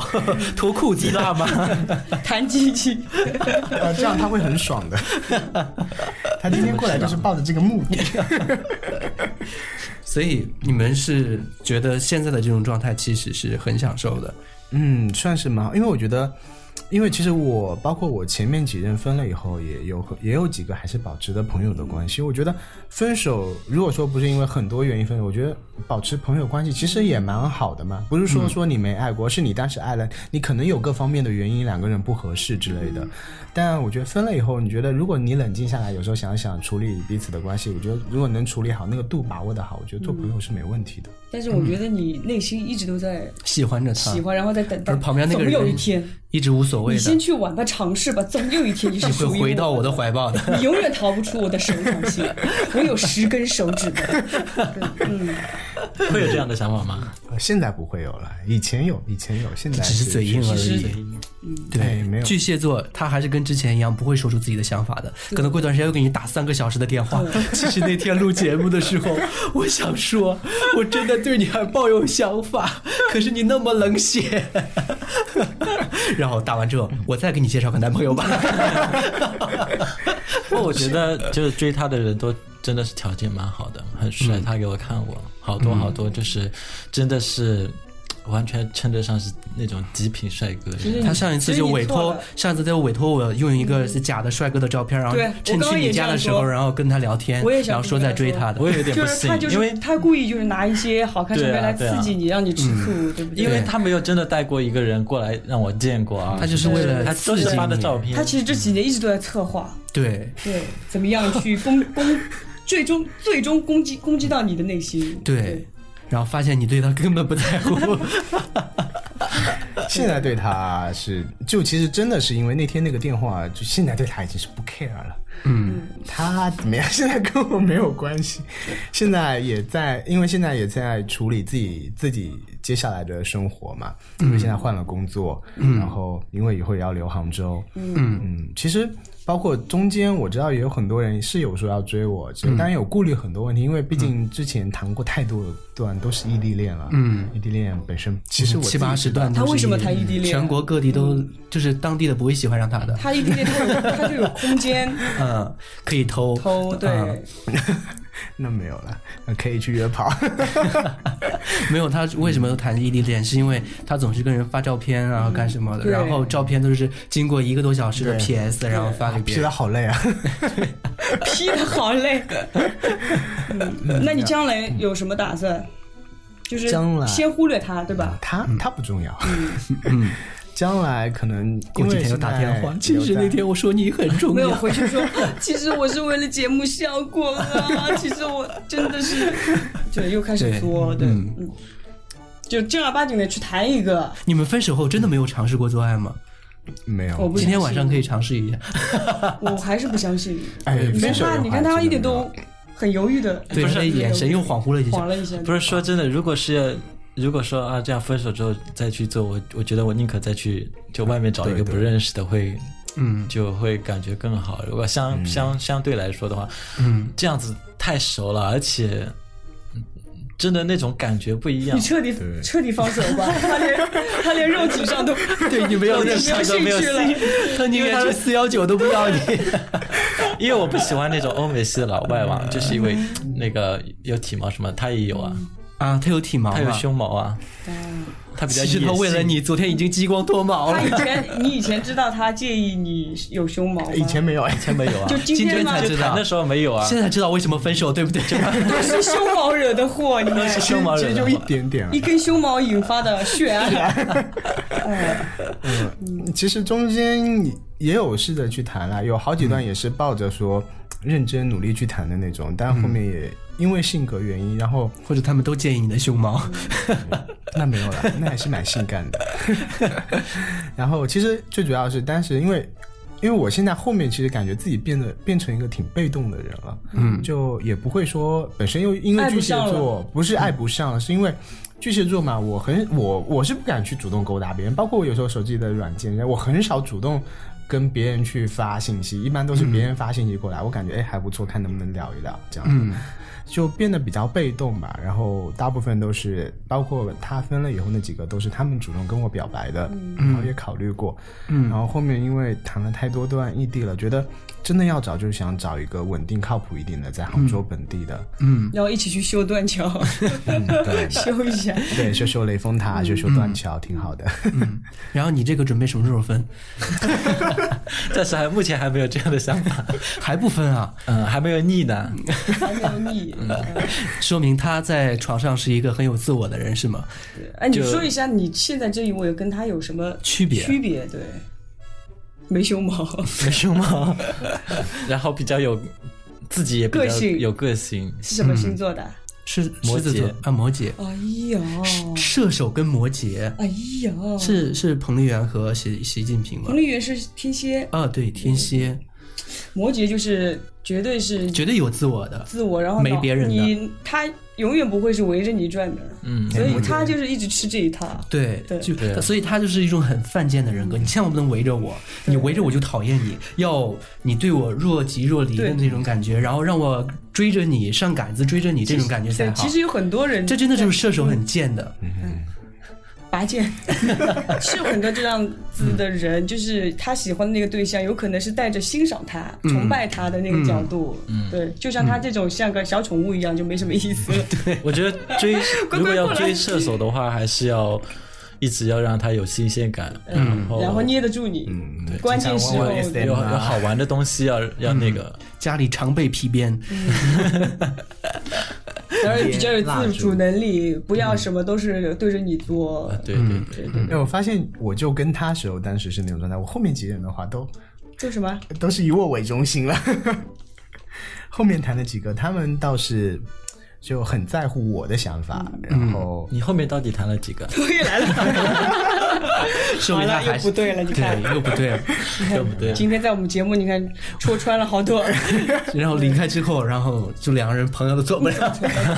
[SPEAKER 7] 脱裤子大吗？
[SPEAKER 8] 弹鸡鸡。
[SPEAKER 9] 呃，这样他会很爽的。他今天过来就是抱着这个目的。
[SPEAKER 7] 所以你们是觉得现在的这种状态其实是很享受的，
[SPEAKER 9] 嗯，算是蛮好，因为我觉得，因为其实我包括我前面几任分了以后，也有也有几个还是保持的朋友的关系。我觉得分手如果说不是因为很多原因分手，我觉得保持朋友关系其实也蛮好的嘛。不是说说你没爱过，是你当时爱了，你可能有各方面的原因，两个人不合适之类的。但我觉得分了以后，你觉得如果你冷静下来，有时候想一想处理彼此的关系，我觉得如果能处理好那个度把握的好，我觉得做朋友是没问题的。
[SPEAKER 8] 但是我觉得
[SPEAKER 7] 嗯
[SPEAKER 8] 你内心一直都在
[SPEAKER 7] 喜欢着他，
[SPEAKER 8] 喜欢，然后再等待，
[SPEAKER 7] 而旁边那个人
[SPEAKER 8] 总有一天，
[SPEAKER 7] 一直无所谓
[SPEAKER 8] 你
[SPEAKER 7] 的
[SPEAKER 8] 先，去玩吧，尝试吧，总有一天你是
[SPEAKER 7] 你
[SPEAKER 8] 属于
[SPEAKER 7] 会回到我的怀抱的。
[SPEAKER 8] 你永远逃不出我的手掌心，我有十根手 指的。嗯，
[SPEAKER 10] 会有这样的想法吗？
[SPEAKER 9] 呃现在不会有了，以前有，以前有，现在
[SPEAKER 7] 只是嘴硬而已。
[SPEAKER 8] 嗯哎
[SPEAKER 9] 对，没有。
[SPEAKER 7] 巨蟹座他还是跟之前一样不会说出自己的想法的，可能过段时间又给你打三个小时的电话。
[SPEAKER 8] 嗯
[SPEAKER 7] 其实那天录节目的时候，我想说，我真的对你还抱有想法，可是你那么冷血。 然后打完之后，我再给你介绍个男朋友吧。
[SPEAKER 8] 嗯
[SPEAKER 10] 不过我觉得，就是追他的人都真的是条件蛮好的，很帅。他给我看过好多好多，就是真的是完全称得上是那种极品帅哥。
[SPEAKER 7] 他上一次就委托，上次就委托我用一个是假的帅哥的照片，然后
[SPEAKER 8] 嗯对
[SPEAKER 7] 趁
[SPEAKER 8] 我刚
[SPEAKER 7] 去
[SPEAKER 8] 刚
[SPEAKER 7] 你
[SPEAKER 8] 也这
[SPEAKER 7] 家
[SPEAKER 8] 样
[SPEAKER 7] 的时候，
[SPEAKER 8] 说
[SPEAKER 7] 然后跟他聊天
[SPEAKER 8] 我也，想
[SPEAKER 7] 然后哎说
[SPEAKER 8] 跟
[SPEAKER 7] 在
[SPEAKER 8] 他
[SPEAKER 7] 追
[SPEAKER 8] 说
[SPEAKER 7] 他的。
[SPEAKER 10] 我有点
[SPEAKER 8] 就
[SPEAKER 10] 不
[SPEAKER 8] 是
[SPEAKER 10] 信
[SPEAKER 8] 他，就是
[SPEAKER 10] 因为
[SPEAKER 8] 他故意就是拿一些好看照
[SPEAKER 10] 对
[SPEAKER 8] 片
[SPEAKER 10] 啊
[SPEAKER 8] 来
[SPEAKER 10] 对
[SPEAKER 8] 刺
[SPEAKER 10] 啊嗯
[SPEAKER 8] 激你，让你吃醋，对不对？
[SPEAKER 10] 因为他没有真的带过一个人过来让我见过啊，
[SPEAKER 7] 他就是为了
[SPEAKER 10] 他都是
[SPEAKER 7] 刺激
[SPEAKER 10] 发的
[SPEAKER 7] 你
[SPEAKER 10] 照片，
[SPEAKER 8] 他其实这几年一直都在策划，
[SPEAKER 7] 对
[SPEAKER 8] 对，怎么样去 攻攻，最终最终攻击攻击到你的内心。
[SPEAKER 7] 对，然后发现你对他根本不在乎。
[SPEAKER 9] 现在对他是，就其实真的是因为那天那个电话，就现在对他已经是不 care 了。
[SPEAKER 7] 嗯，
[SPEAKER 9] 他怎么样？ 现在跟我没有关系。现在也在，因为现在也在处理自己自己接下来的生活嘛。
[SPEAKER 7] 嗯
[SPEAKER 9] 因为现在换了工作，然后因为以后也要留杭州。
[SPEAKER 7] 嗯
[SPEAKER 9] 嗯，其实包括中间我知道也有很多人是有说要追我，
[SPEAKER 7] 嗯
[SPEAKER 9] 其实当然有顾虑很多问题，因为毕竟之前谈过太多段都是异地恋了。
[SPEAKER 7] 嗯，
[SPEAKER 9] 异地恋本身其实我
[SPEAKER 7] 七八
[SPEAKER 9] 自己
[SPEAKER 7] 十段都是
[SPEAKER 8] 他为什么
[SPEAKER 7] 异地
[SPEAKER 8] 谈异地恋
[SPEAKER 7] 全国各地都就是当地的不会喜欢上他的，
[SPEAKER 8] 他一定他有他就有空间
[SPEAKER 7] 嗯，可以偷
[SPEAKER 8] 偷，对，
[SPEAKER 7] 嗯
[SPEAKER 9] 那没有了，那可以去约炮。
[SPEAKER 7] 没有，他为什么谈异地恋？是因为他总是跟人发照片啊，干什么的？
[SPEAKER 8] 对
[SPEAKER 7] 然后照片都是经过一个多小时的
[SPEAKER 9] 对
[SPEAKER 7] PS，然后发给别
[SPEAKER 9] 觉
[SPEAKER 7] 人
[SPEAKER 9] 得。好累啊！
[SPEAKER 8] 批的好 累。嗯，那你将来有什么打算？就是
[SPEAKER 9] 将来
[SPEAKER 8] 先忽略他，对吧？
[SPEAKER 9] 嗯他
[SPEAKER 7] 嗯
[SPEAKER 9] 他不重要， 将来可能
[SPEAKER 7] 过几天
[SPEAKER 9] 就
[SPEAKER 7] 又打电话，其实那天我说你很
[SPEAKER 9] 啊
[SPEAKER 7] 重
[SPEAKER 8] 没有
[SPEAKER 7] 要。
[SPEAKER 8] 回去说， 其实我是为了节目效果 啊，其实我真的是，就又开始作，对，
[SPEAKER 7] 嗯
[SPEAKER 8] 嗯，就正儿八经的去谈一 个，
[SPEAKER 7] 你们分手后真的没有尝试过做爱吗？
[SPEAKER 9] 没
[SPEAKER 8] 我
[SPEAKER 9] 有，
[SPEAKER 8] 不
[SPEAKER 7] 今天
[SPEAKER 8] 相
[SPEAKER 7] 晚
[SPEAKER 8] 信
[SPEAKER 7] 上可以尝试一下。
[SPEAKER 8] 我还是不相信。
[SPEAKER 9] 哎，
[SPEAKER 8] 你
[SPEAKER 9] 分
[SPEAKER 8] 看
[SPEAKER 9] 手的
[SPEAKER 8] 他，
[SPEAKER 9] 话
[SPEAKER 8] 你看他一点
[SPEAKER 9] 真的没有
[SPEAKER 8] 都很犹豫的，
[SPEAKER 7] 对，他的眼神又恍惚了一
[SPEAKER 8] 晃
[SPEAKER 7] 下。
[SPEAKER 8] 了一下，
[SPEAKER 10] 不是说真的，如果是如果说啊这样分手之后再去做，我我觉得我宁可再去就外面找一个不认识的会。
[SPEAKER 7] 嗯
[SPEAKER 10] 就会感觉更好。如果相相相对来说的话，
[SPEAKER 7] 嗯，
[SPEAKER 10] 这样子太熟了，而且嗯真的那种感觉不 一样
[SPEAKER 8] 你。彻底彻底放手吧， 他连他连肉体上都
[SPEAKER 7] 对你没有
[SPEAKER 8] 都没有
[SPEAKER 7] 认识
[SPEAKER 8] 兴趣了，
[SPEAKER 7] 他宁愿去四幺九都不要你。
[SPEAKER 10] 因为我不喜欢那种欧哦美系的老外
[SPEAKER 7] 嗯
[SPEAKER 10] 嘛，就是因为那个有体毛什么，他也有啊，
[SPEAKER 7] 啊，他有体毛
[SPEAKER 10] 他有
[SPEAKER 7] 嘛？
[SPEAKER 10] 胸毛啊，他比较
[SPEAKER 7] 其实他
[SPEAKER 10] 野性
[SPEAKER 7] 为了你，昨天已经激光脱毛
[SPEAKER 8] 他
[SPEAKER 7] 了
[SPEAKER 8] 以。前你以前知道他介意你有胸毛吗？
[SPEAKER 9] 哎以前 没有，以前
[SPEAKER 10] 没有啊
[SPEAKER 8] 就，今
[SPEAKER 7] 今
[SPEAKER 8] 天
[SPEAKER 7] 天
[SPEAKER 8] 嘛
[SPEAKER 7] 才，知道
[SPEAKER 10] 谈的时候没有啊，
[SPEAKER 7] 现在知道为什么分手，对不 对？
[SPEAKER 8] 都是胸毛惹的祸， 你们
[SPEAKER 10] 是胸毛
[SPEAKER 9] 其
[SPEAKER 10] 人
[SPEAKER 9] 实就一点点了
[SPEAKER 8] 一。根胸毛引发的血啊
[SPEAKER 7] 啊
[SPEAKER 8] 案，
[SPEAKER 9] 嗯其实中间也有试着去谈了，有好几段也是抱着说认真努力去谈的那种，但后面也因为性格原因，然后
[SPEAKER 7] 或者他们都介意你的胸毛，
[SPEAKER 9] 那没有了，那还是蛮性感的。 然后其实最主要是当时因为。因为我现在后面其实感觉自己变得变成一个挺被动的人了，嗯，就也不会说本身又因为巨蟹
[SPEAKER 8] 爱不上
[SPEAKER 9] 座不是爱不上，是因为巨蟹座嘛，我很我我是不敢去主动勾搭别人，包括我有时候手机的软件，我很少主动跟别人去发信息，一般都是别人发信息
[SPEAKER 8] 嗯
[SPEAKER 9] 过来，我感觉哎还不错，看能不能聊一聊这样，嗯，就变得比较被动吧。然后大部分都是，包括他分了以后那几个都是他们主动跟我表白的，然后也考虑过，嗯，然后后面因为谈了太多段异地了，觉得真的要找就是想找一个稳定靠谱一点的，在杭州本地的，
[SPEAKER 7] 嗯
[SPEAKER 8] 然后一起去修断桥， 嗯修一下。
[SPEAKER 9] 对，修修雷峰塔，修修断桥，挺好的。
[SPEAKER 7] 然后你这个准备什么时候分？
[SPEAKER 10] 但是还目前还没有这样的想法，
[SPEAKER 7] 还不分啊？
[SPEAKER 10] 嗯，还没有腻呢。
[SPEAKER 8] 还没有腻。
[SPEAKER 7] 嗯
[SPEAKER 8] 呃
[SPEAKER 7] 说明他在床上是一个很有自我的人，是吗？
[SPEAKER 8] 哎，你说一下你现在这一位跟他有什么
[SPEAKER 7] 区别
[SPEAKER 8] 区别对，没 胸毛，
[SPEAKER 7] 没胸毛，
[SPEAKER 10] 然后比较有自己也比较
[SPEAKER 8] 个性
[SPEAKER 10] 有个性，
[SPEAKER 8] 是什么星座的？
[SPEAKER 7] 是
[SPEAKER 10] 摩羯
[SPEAKER 7] 狮子座啊，摩羯，
[SPEAKER 8] 哎呦，
[SPEAKER 7] 射手跟摩羯
[SPEAKER 8] 哎呦，
[SPEAKER 7] 是是彭丽媛和习习近平吗
[SPEAKER 8] 彭？丽媛是天蝎，
[SPEAKER 7] 啊，对，天蝎
[SPEAKER 8] 摩羯就是绝对是
[SPEAKER 7] 绝对有自我的，
[SPEAKER 8] 自我，然后
[SPEAKER 7] 没
[SPEAKER 8] 脑
[SPEAKER 7] 别人的
[SPEAKER 8] 你他永远不会是围着你转的，
[SPEAKER 10] 嗯，
[SPEAKER 8] 所以他就是一直吃这一套。
[SPEAKER 7] 对，
[SPEAKER 8] 对
[SPEAKER 7] 就
[SPEAKER 10] 对
[SPEAKER 7] 所以他就是一种很犯贱的人格，你千万不能围着我，你围着我就讨厌你，要你对我若即若离的
[SPEAKER 8] 对
[SPEAKER 7] 那种感觉，然后让我追着你上杆子追着你这种感觉才
[SPEAKER 8] 对，
[SPEAKER 7] 好
[SPEAKER 8] 其。实有很多人，
[SPEAKER 10] 嗯
[SPEAKER 7] 这真的就是射手很贱的，
[SPEAKER 8] 拔剑， 是有很多这样子的
[SPEAKER 10] 嗯
[SPEAKER 8] 人，就是他喜欢的那个对象，有可能是带着欣赏他、
[SPEAKER 11] 嗯
[SPEAKER 8] 崇拜他的那个角度，
[SPEAKER 10] 嗯
[SPEAKER 8] 对，就像他这种像个小宠物一样，就没什么意思了。
[SPEAKER 10] 我觉得追如果要追射手的话，还是要一直要让他有新鲜感，然后
[SPEAKER 8] 嗯然后捏得住你，
[SPEAKER 10] 哦嗯对
[SPEAKER 8] 关键时
[SPEAKER 10] 经
[SPEAKER 8] 候
[SPEAKER 10] 常玩玩 SM 啊有有好玩的东西要要那个，
[SPEAKER 7] 嗯
[SPEAKER 11] 家里常备皮鞭，
[SPEAKER 8] 嗯 当然比较有自主 能力，不要什么都是对着你做。
[SPEAKER 10] 嗯啊对
[SPEAKER 8] 嗯
[SPEAKER 10] 对
[SPEAKER 8] 对
[SPEAKER 9] 哎，我发现我就跟他时候当时是那种状态，我后面几任的话都
[SPEAKER 8] 做什么？
[SPEAKER 9] 都是以我为中心了。 后面谈的几个，他们倒是就很在乎我的想法，然后
[SPEAKER 10] 你后面到底谈了几个？
[SPEAKER 8] 又来 了，
[SPEAKER 11] 说
[SPEAKER 8] 好
[SPEAKER 11] 明他
[SPEAKER 8] 了，又
[SPEAKER 11] 还是
[SPEAKER 8] 不对了，你看，
[SPEAKER 11] 对，又不 对了，
[SPEAKER 10] 又不对了。
[SPEAKER 8] 今天在我们节目，你看戳穿了好多。
[SPEAKER 11] 然后离开之后，然后就两个人朋友都做不了，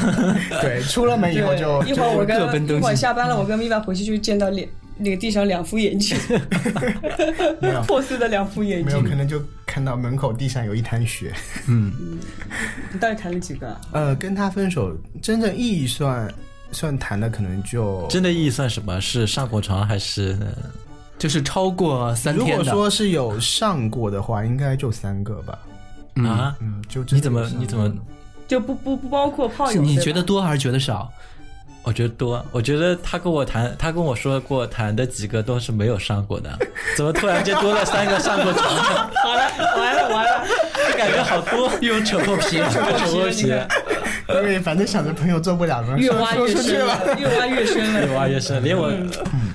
[SPEAKER 9] 对，出了门以后就
[SPEAKER 8] 对一会儿我
[SPEAKER 11] 各奔
[SPEAKER 8] 跟
[SPEAKER 11] 东西
[SPEAKER 8] 一会儿下班了，我跟米爸回去就见到两 那个地上两副眼镜，破碎的两副眼
[SPEAKER 9] 没有
[SPEAKER 8] 镜。
[SPEAKER 9] 可能就看到门口地上有一滩血。
[SPEAKER 8] 你到底谈了几个啊？
[SPEAKER 9] 呃，跟他分手，真正意义算算谈的可能就
[SPEAKER 10] 真的意义算什么？是上过床还是？呃
[SPEAKER 11] 就是超过三
[SPEAKER 9] 如
[SPEAKER 11] 天
[SPEAKER 9] 果
[SPEAKER 11] 的。
[SPEAKER 9] 说是有上过的话，应该就三个吧。
[SPEAKER 11] 嗯
[SPEAKER 10] 啊？
[SPEAKER 9] 嗯，就真
[SPEAKER 10] 你
[SPEAKER 9] 的
[SPEAKER 10] 怎
[SPEAKER 9] 有
[SPEAKER 10] 么
[SPEAKER 9] 上
[SPEAKER 10] 你怎么？
[SPEAKER 8] 就不不不包括炮
[SPEAKER 11] 是
[SPEAKER 8] 友。
[SPEAKER 11] 你
[SPEAKER 8] 对吧
[SPEAKER 11] 觉得多还是觉得少？
[SPEAKER 10] 我觉得多，我觉得他跟我谈，他跟我说过谈的几个都是没有上 过的，怎么突然间多了三个上过床的？
[SPEAKER 8] 好了，完了完了，
[SPEAKER 10] 感觉好多，又扯破皮，扯破皮，
[SPEAKER 9] 因为反正想着朋友做不了嘛，
[SPEAKER 8] 越
[SPEAKER 9] 说
[SPEAKER 8] 挖
[SPEAKER 9] 说
[SPEAKER 8] 越
[SPEAKER 9] 出去
[SPEAKER 8] 深
[SPEAKER 9] 了。
[SPEAKER 8] 了，越挖越深
[SPEAKER 10] 越
[SPEAKER 8] 了。嗯
[SPEAKER 10] 挖越深，连我嗯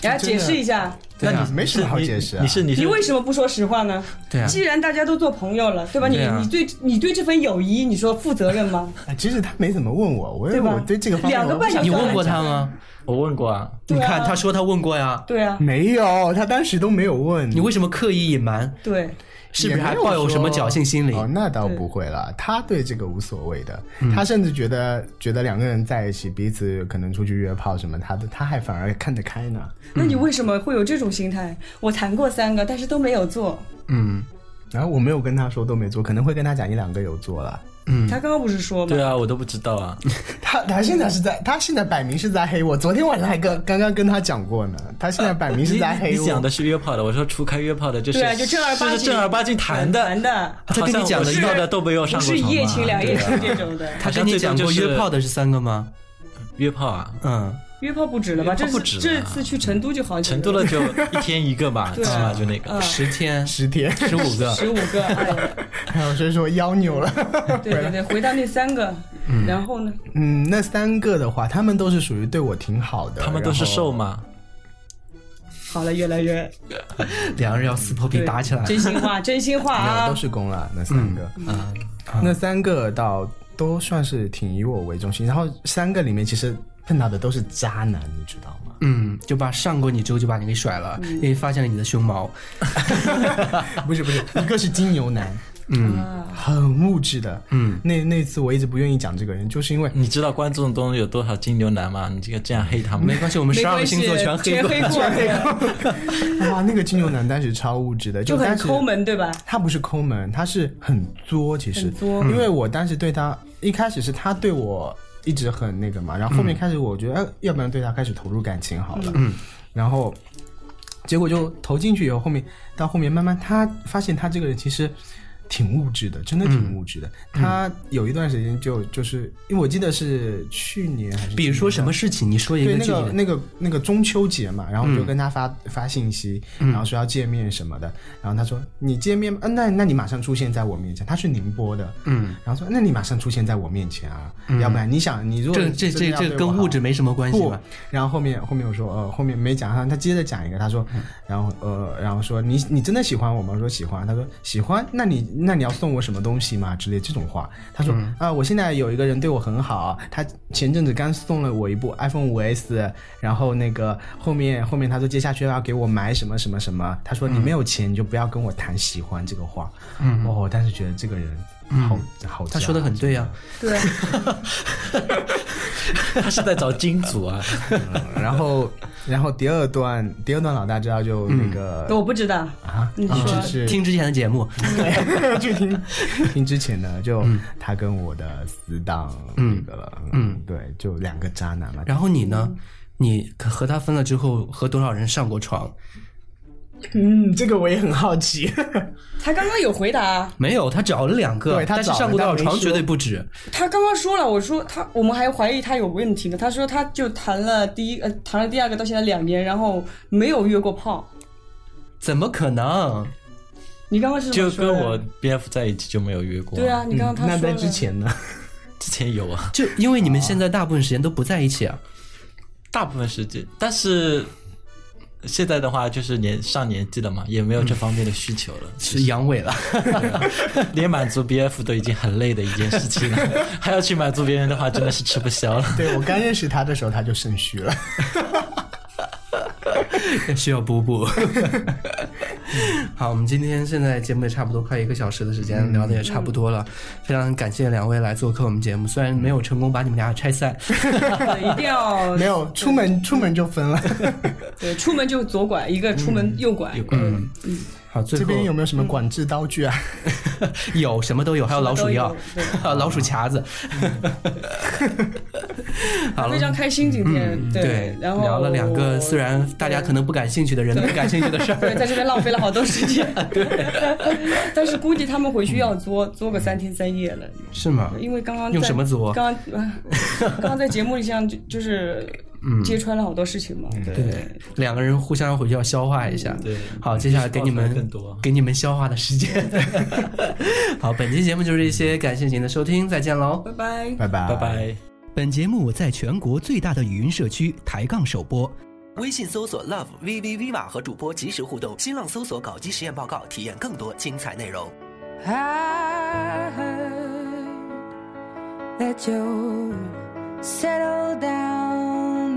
[SPEAKER 8] 给大家解释一下，
[SPEAKER 11] 对
[SPEAKER 9] 那
[SPEAKER 11] 啊
[SPEAKER 9] 你，没什么好解释啊。
[SPEAKER 10] 你是你
[SPEAKER 8] 你
[SPEAKER 10] 是
[SPEAKER 8] 为什么不说实话呢？
[SPEAKER 11] 对啊，
[SPEAKER 8] 既然大家都做朋友了，对吧？你
[SPEAKER 11] 对啊
[SPEAKER 8] 你对你对这份友谊，你说负责任吗？
[SPEAKER 9] 哎其实他没怎么问我，我
[SPEAKER 8] 对吧
[SPEAKER 9] 我对这个方面
[SPEAKER 8] 两个
[SPEAKER 9] 我不
[SPEAKER 8] 半小
[SPEAKER 9] 想
[SPEAKER 8] 时
[SPEAKER 11] 你问过他吗？
[SPEAKER 10] 我问过啊，
[SPEAKER 11] 你
[SPEAKER 8] 对啊
[SPEAKER 11] 看他说他问过呀，
[SPEAKER 8] 对啊，
[SPEAKER 9] 没有，他当时都没有问
[SPEAKER 11] 你为什么刻意隐瞒？
[SPEAKER 8] 对，
[SPEAKER 11] 是不是还抱嗯有什么侥幸心理？
[SPEAKER 9] 哦，那倒不会啦，他对这个无所谓的，
[SPEAKER 10] 嗯
[SPEAKER 9] 他甚至觉得觉得两个人在一起，彼此可能出去约炮什么，他的他还反而看得开呢。
[SPEAKER 8] 那你为什么会有这种心态？我谈过三个，但是都没有做。
[SPEAKER 11] 嗯，
[SPEAKER 9] 然后我没有跟他说都没做，可能会跟他讲一两个有做了。
[SPEAKER 8] 他刚刚不是说吗？
[SPEAKER 10] 对啊，我都不知道啊，
[SPEAKER 9] 他他现在是在，他现在摆明是在黑我。昨天晚上还跟刚刚跟他讲过呢，他现在摆明是
[SPEAKER 10] 你
[SPEAKER 9] 在黑
[SPEAKER 10] 你
[SPEAKER 9] 我。
[SPEAKER 10] 讲的是约炮的，我说除开约炮的，就是
[SPEAKER 8] 对啊，就正儿八
[SPEAKER 10] 就
[SPEAKER 8] 经
[SPEAKER 10] 是正儿八经谈的，
[SPEAKER 8] 谈的，
[SPEAKER 11] 他跟你讲的
[SPEAKER 10] 遇到的都没有上
[SPEAKER 8] 不
[SPEAKER 10] 过
[SPEAKER 8] 是
[SPEAKER 10] 床嘛
[SPEAKER 8] 一夜情 两夜情
[SPEAKER 10] 对
[SPEAKER 8] 这
[SPEAKER 10] 啊
[SPEAKER 8] 种的。
[SPEAKER 11] 他跟你讲过约炮的是三个吗？
[SPEAKER 10] 约炮啊，
[SPEAKER 11] 嗯，
[SPEAKER 8] 约炮不止了吧？
[SPEAKER 10] 约
[SPEAKER 8] 这
[SPEAKER 10] 炮不
[SPEAKER 8] 次
[SPEAKER 10] 止
[SPEAKER 8] 这
[SPEAKER 10] 了
[SPEAKER 8] 次去成都就好几
[SPEAKER 10] 成都
[SPEAKER 8] 个
[SPEAKER 10] 了就一天一个吧，起
[SPEAKER 8] 对啊
[SPEAKER 10] 码就那个
[SPEAKER 8] 嗯
[SPEAKER 11] 十天、
[SPEAKER 9] 十天，
[SPEAKER 11] 十五个，
[SPEAKER 8] 十五 个，哎呀
[SPEAKER 9] 还有所以说腰扭了。
[SPEAKER 8] 对对对，回到那三个，然后呢？
[SPEAKER 9] 嗯，那三个的话，他们都是属于对我挺好的。
[SPEAKER 10] 他们都是
[SPEAKER 9] 然后
[SPEAKER 10] 瘦嘛，
[SPEAKER 8] 好了，越来越
[SPEAKER 11] 两个人要撕破皮
[SPEAKER 8] 对
[SPEAKER 11] 打起来。
[SPEAKER 8] 真心话，真心话
[SPEAKER 9] 没有，都
[SPEAKER 8] 啊！
[SPEAKER 9] 是公了，那三个，
[SPEAKER 8] 嗯
[SPEAKER 9] 那三个倒都算是挺以我为中心。然后三个里面其实碰到的都是渣男，你知道吗？
[SPEAKER 11] 嗯，就把上过你之后就把你给甩了，因为发现了你的胸毛。
[SPEAKER 9] 不是不是，一个是金牛男，嗯
[SPEAKER 8] 啊
[SPEAKER 9] 很物质的。
[SPEAKER 11] 嗯，
[SPEAKER 9] 那那次我一直不愿意讲这个人，就是因为
[SPEAKER 10] 你知道观众中有多少金牛男吗？你这个这样黑他们
[SPEAKER 11] 没，关系，我们
[SPEAKER 8] 没
[SPEAKER 11] 十二个
[SPEAKER 8] 关系
[SPEAKER 11] 星座全黑过。
[SPEAKER 8] 黑过，
[SPEAKER 9] 哇，那个金牛男当时超物质的，
[SPEAKER 8] 就很
[SPEAKER 9] 当时
[SPEAKER 8] 抠。门，对吧？
[SPEAKER 9] 他不是抠门，他是很作，其实
[SPEAKER 8] 很，作
[SPEAKER 11] 嗯
[SPEAKER 9] 因为我当时对他一开始是他对我一直很那个嘛，然后后
[SPEAKER 11] 嗯
[SPEAKER 9] 面开始我觉得，哎要不然对他开始投入感情好了，嗯，然后结果就投进去以后，后面到后面慢慢他发现他这个人其实挺物质的，真的挺物质的。
[SPEAKER 11] 嗯
[SPEAKER 9] 他有一段时间就就是因为我记得是去年还 是
[SPEAKER 11] 比如说什么事情，你说一个嗯
[SPEAKER 9] 对，
[SPEAKER 11] 具
[SPEAKER 9] 那
[SPEAKER 11] 体
[SPEAKER 9] 个
[SPEAKER 11] 的。
[SPEAKER 9] 那个那个中秋节嘛，然后我就跟他发、发信息，
[SPEAKER 11] 嗯
[SPEAKER 9] 然后说要见面什么的，然后他说你见面，嗯、那那你马上出现在我面前，他是宁波的，嗯，然后说那你马上出现在我面前啊，要不然你想你如果
[SPEAKER 11] 嗯这这
[SPEAKER 9] 真
[SPEAKER 11] 这
[SPEAKER 9] 的要
[SPEAKER 11] 这
[SPEAKER 9] 对我
[SPEAKER 11] 跟
[SPEAKER 9] 好
[SPEAKER 11] 物质没什么关系
[SPEAKER 9] 不
[SPEAKER 11] 吧？，
[SPEAKER 9] 然后后面后面我说呃后面没讲上，他接着讲一个，他说，
[SPEAKER 11] 嗯
[SPEAKER 9] 然后呃然后说你你真的喜欢我吗？我说喜欢，他说喜欢，那你 那你要送我什么东西吗？之类这种话，他说
[SPEAKER 11] 嗯
[SPEAKER 9] 啊、我现在有一个人对我很好，他前阵子刚送了我一部 iPhone 五 S，然后那个后面后面他说接下去要给我买什么什么什么，他
[SPEAKER 11] 嗯
[SPEAKER 9] 说你没有钱你就不要跟我谈喜欢这个话，嗯、哦，但是觉得这个人好、好，
[SPEAKER 11] 嗯他说的很对啊呀、
[SPEAKER 8] 对，
[SPEAKER 10] 他是在找金主啊，
[SPEAKER 9] 然后然后第二段第二段老大知道就那个。
[SPEAKER 8] 我不知道
[SPEAKER 9] 嗯啊，
[SPEAKER 10] 嗯
[SPEAKER 8] 你说
[SPEAKER 9] 是
[SPEAKER 11] 听之前的节目，
[SPEAKER 9] 对， 就听听之前呢，就他嗯跟我的死党那个了，嗯，对，就两个渣男嘛。
[SPEAKER 11] 然后你呢？你和他分了之后，和多少人上过床？
[SPEAKER 9] 嗯，这个我也很好奇。
[SPEAKER 8] 他刚刚有回答，
[SPEAKER 11] 没有，他找了两个，
[SPEAKER 9] 对他
[SPEAKER 11] 但是
[SPEAKER 9] 找了
[SPEAKER 11] 上过多少
[SPEAKER 9] 但没
[SPEAKER 11] 床
[SPEAKER 9] 说
[SPEAKER 11] 绝对不止。
[SPEAKER 8] 他刚刚说了，我说他，我们还怀疑他有问题呢。他说他就谈了第一呃，谈了第二个，到现在两年，然后没有约过炮。
[SPEAKER 11] 怎么可能？
[SPEAKER 8] 你刚刚是怎
[SPEAKER 10] 就
[SPEAKER 8] 么
[SPEAKER 10] 跟
[SPEAKER 8] 说的
[SPEAKER 10] 我嗯 BF 在一起就没有约过。
[SPEAKER 8] 对啊，你刚刚他说了、
[SPEAKER 9] 前呢？
[SPEAKER 10] 之前有啊，
[SPEAKER 11] 就因为你们现在大部分时间都不在一起啊。
[SPEAKER 10] 大部分时间，但是现在的话就是年上年纪了嘛，也没有这方面的需求了，
[SPEAKER 7] 嗯
[SPEAKER 11] 是阳痿了，
[SPEAKER 10] 连满足 BF 都已经很累的一件事情了，还要去满足别人的话，真的是吃不消了。
[SPEAKER 9] 对我刚认识他的时候，他就肾虚 了。
[SPEAKER 11] 需要补 补。好，我们今天现在节目也差不多快一个小时的时间，聊的也差不多了，非常感谢两位来做客我们节目，虽然没有成功把你们俩拆散，
[SPEAKER 8] 一定 要
[SPEAKER 9] 没有出门，出门就分了。
[SPEAKER 8] 对，出门就左拐，一个出门右拐。
[SPEAKER 11] 嗯好，最
[SPEAKER 9] 这
[SPEAKER 11] 后
[SPEAKER 9] 边有没有什么管制刀具啊？
[SPEAKER 11] 有什么都有，还有老鼠药
[SPEAKER 8] 什么都有，
[SPEAKER 11] 还有老鼠钳 子。好
[SPEAKER 8] 非
[SPEAKER 11] 了。
[SPEAKER 8] 常开心今天，
[SPEAKER 11] 嗯对，
[SPEAKER 8] 然后
[SPEAKER 11] 聊了两个虽然大家可能不感兴趣的人
[SPEAKER 8] 对
[SPEAKER 11] 不感兴趣的事
[SPEAKER 8] 对，
[SPEAKER 11] 儿，
[SPEAKER 8] 在这边浪费了好多 时间。对， 但是估计他们回去要作作个三天三夜了，
[SPEAKER 11] 是吗？
[SPEAKER 8] 因为刚刚
[SPEAKER 11] 用
[SPEAKER 8] 在
[SPEAKER 11] 什么作
[SPEAKER 8] 刚刚、 啊刚刚在节目里像就就是
[SPEAKER 11] 嗯
[SPEAKER 8] 揭穿了好多事情嘛。对
[SPEAKER 11] 对，两个人互相回去要消化一下。
[SPEAKER 10] 对
[SPEAKER 11] 好，接下来给你们
[SPEAKER 10] 就是更多
[SPEAKER 11] 给你们消化的时 间。好，本期节目就是这些，感谢您的收听，再见喽。
[SPEAKER 8] 拜拜。
[SPEAKER 9] 拜拜
[SPEAKER 10] 拜拜。
[SPEAKER 11] 本节目在全国最大的语音社区抬杠首播，微信搜索 love v v viva 和主播及时互动，新浪搜索“搞基实验报告”，体验更多精彩内容。
[SPEAKER 6] I heard that you settled down,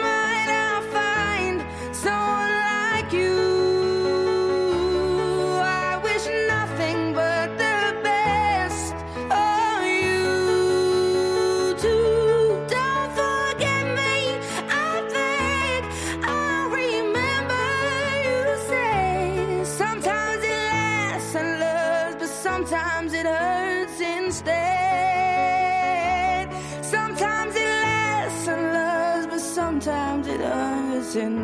[SPEAKER 6] mind, I'll find someone like you. I wish nothing but the best of you too. Don't forget me. I think I remember you say sometimes it lasts and loves, but sometimes it hurts instead. Sometimes it lasts and loves, but sometimes it hurts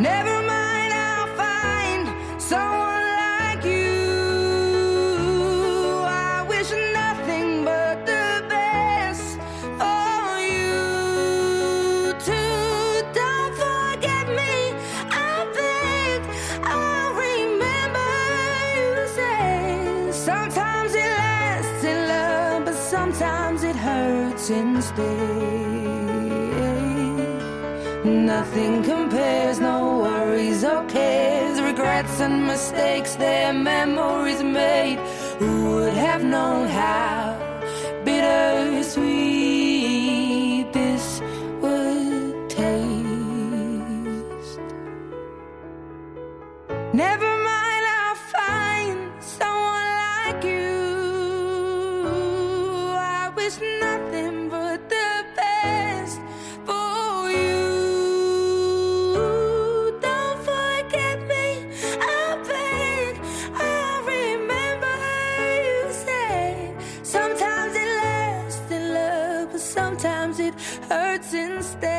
[SPEAKER 6] Never mind, I'll find someone like you. I wish nothing but the best for you too. Don't forget me. I think I remember you say sometimes it lasts in love, but sometimes it hurts instead. Nothing compares, no worries or cares. Regrets and mistakes, their memories made. Who would have known how bittersweet this would taste? like you. I wish nothing but the best for you. Don't forget me, I beg. I remember you said sometimes it lasts in love, but sometimes it hurts instead.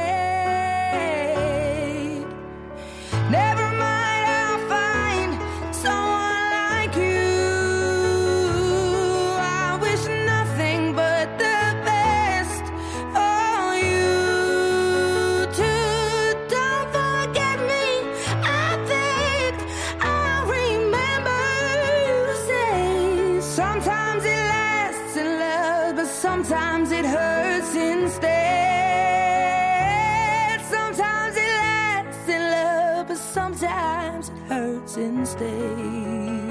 [SPEAKER 6] Never mind, I'll find someone like you. I wish nothing but the best for you too. Don't forget me, I think I remember you say sometimes it lasts in love, but sometimes it hurts instead. Sometimes it lasts in love, but sometimes it hurts instead.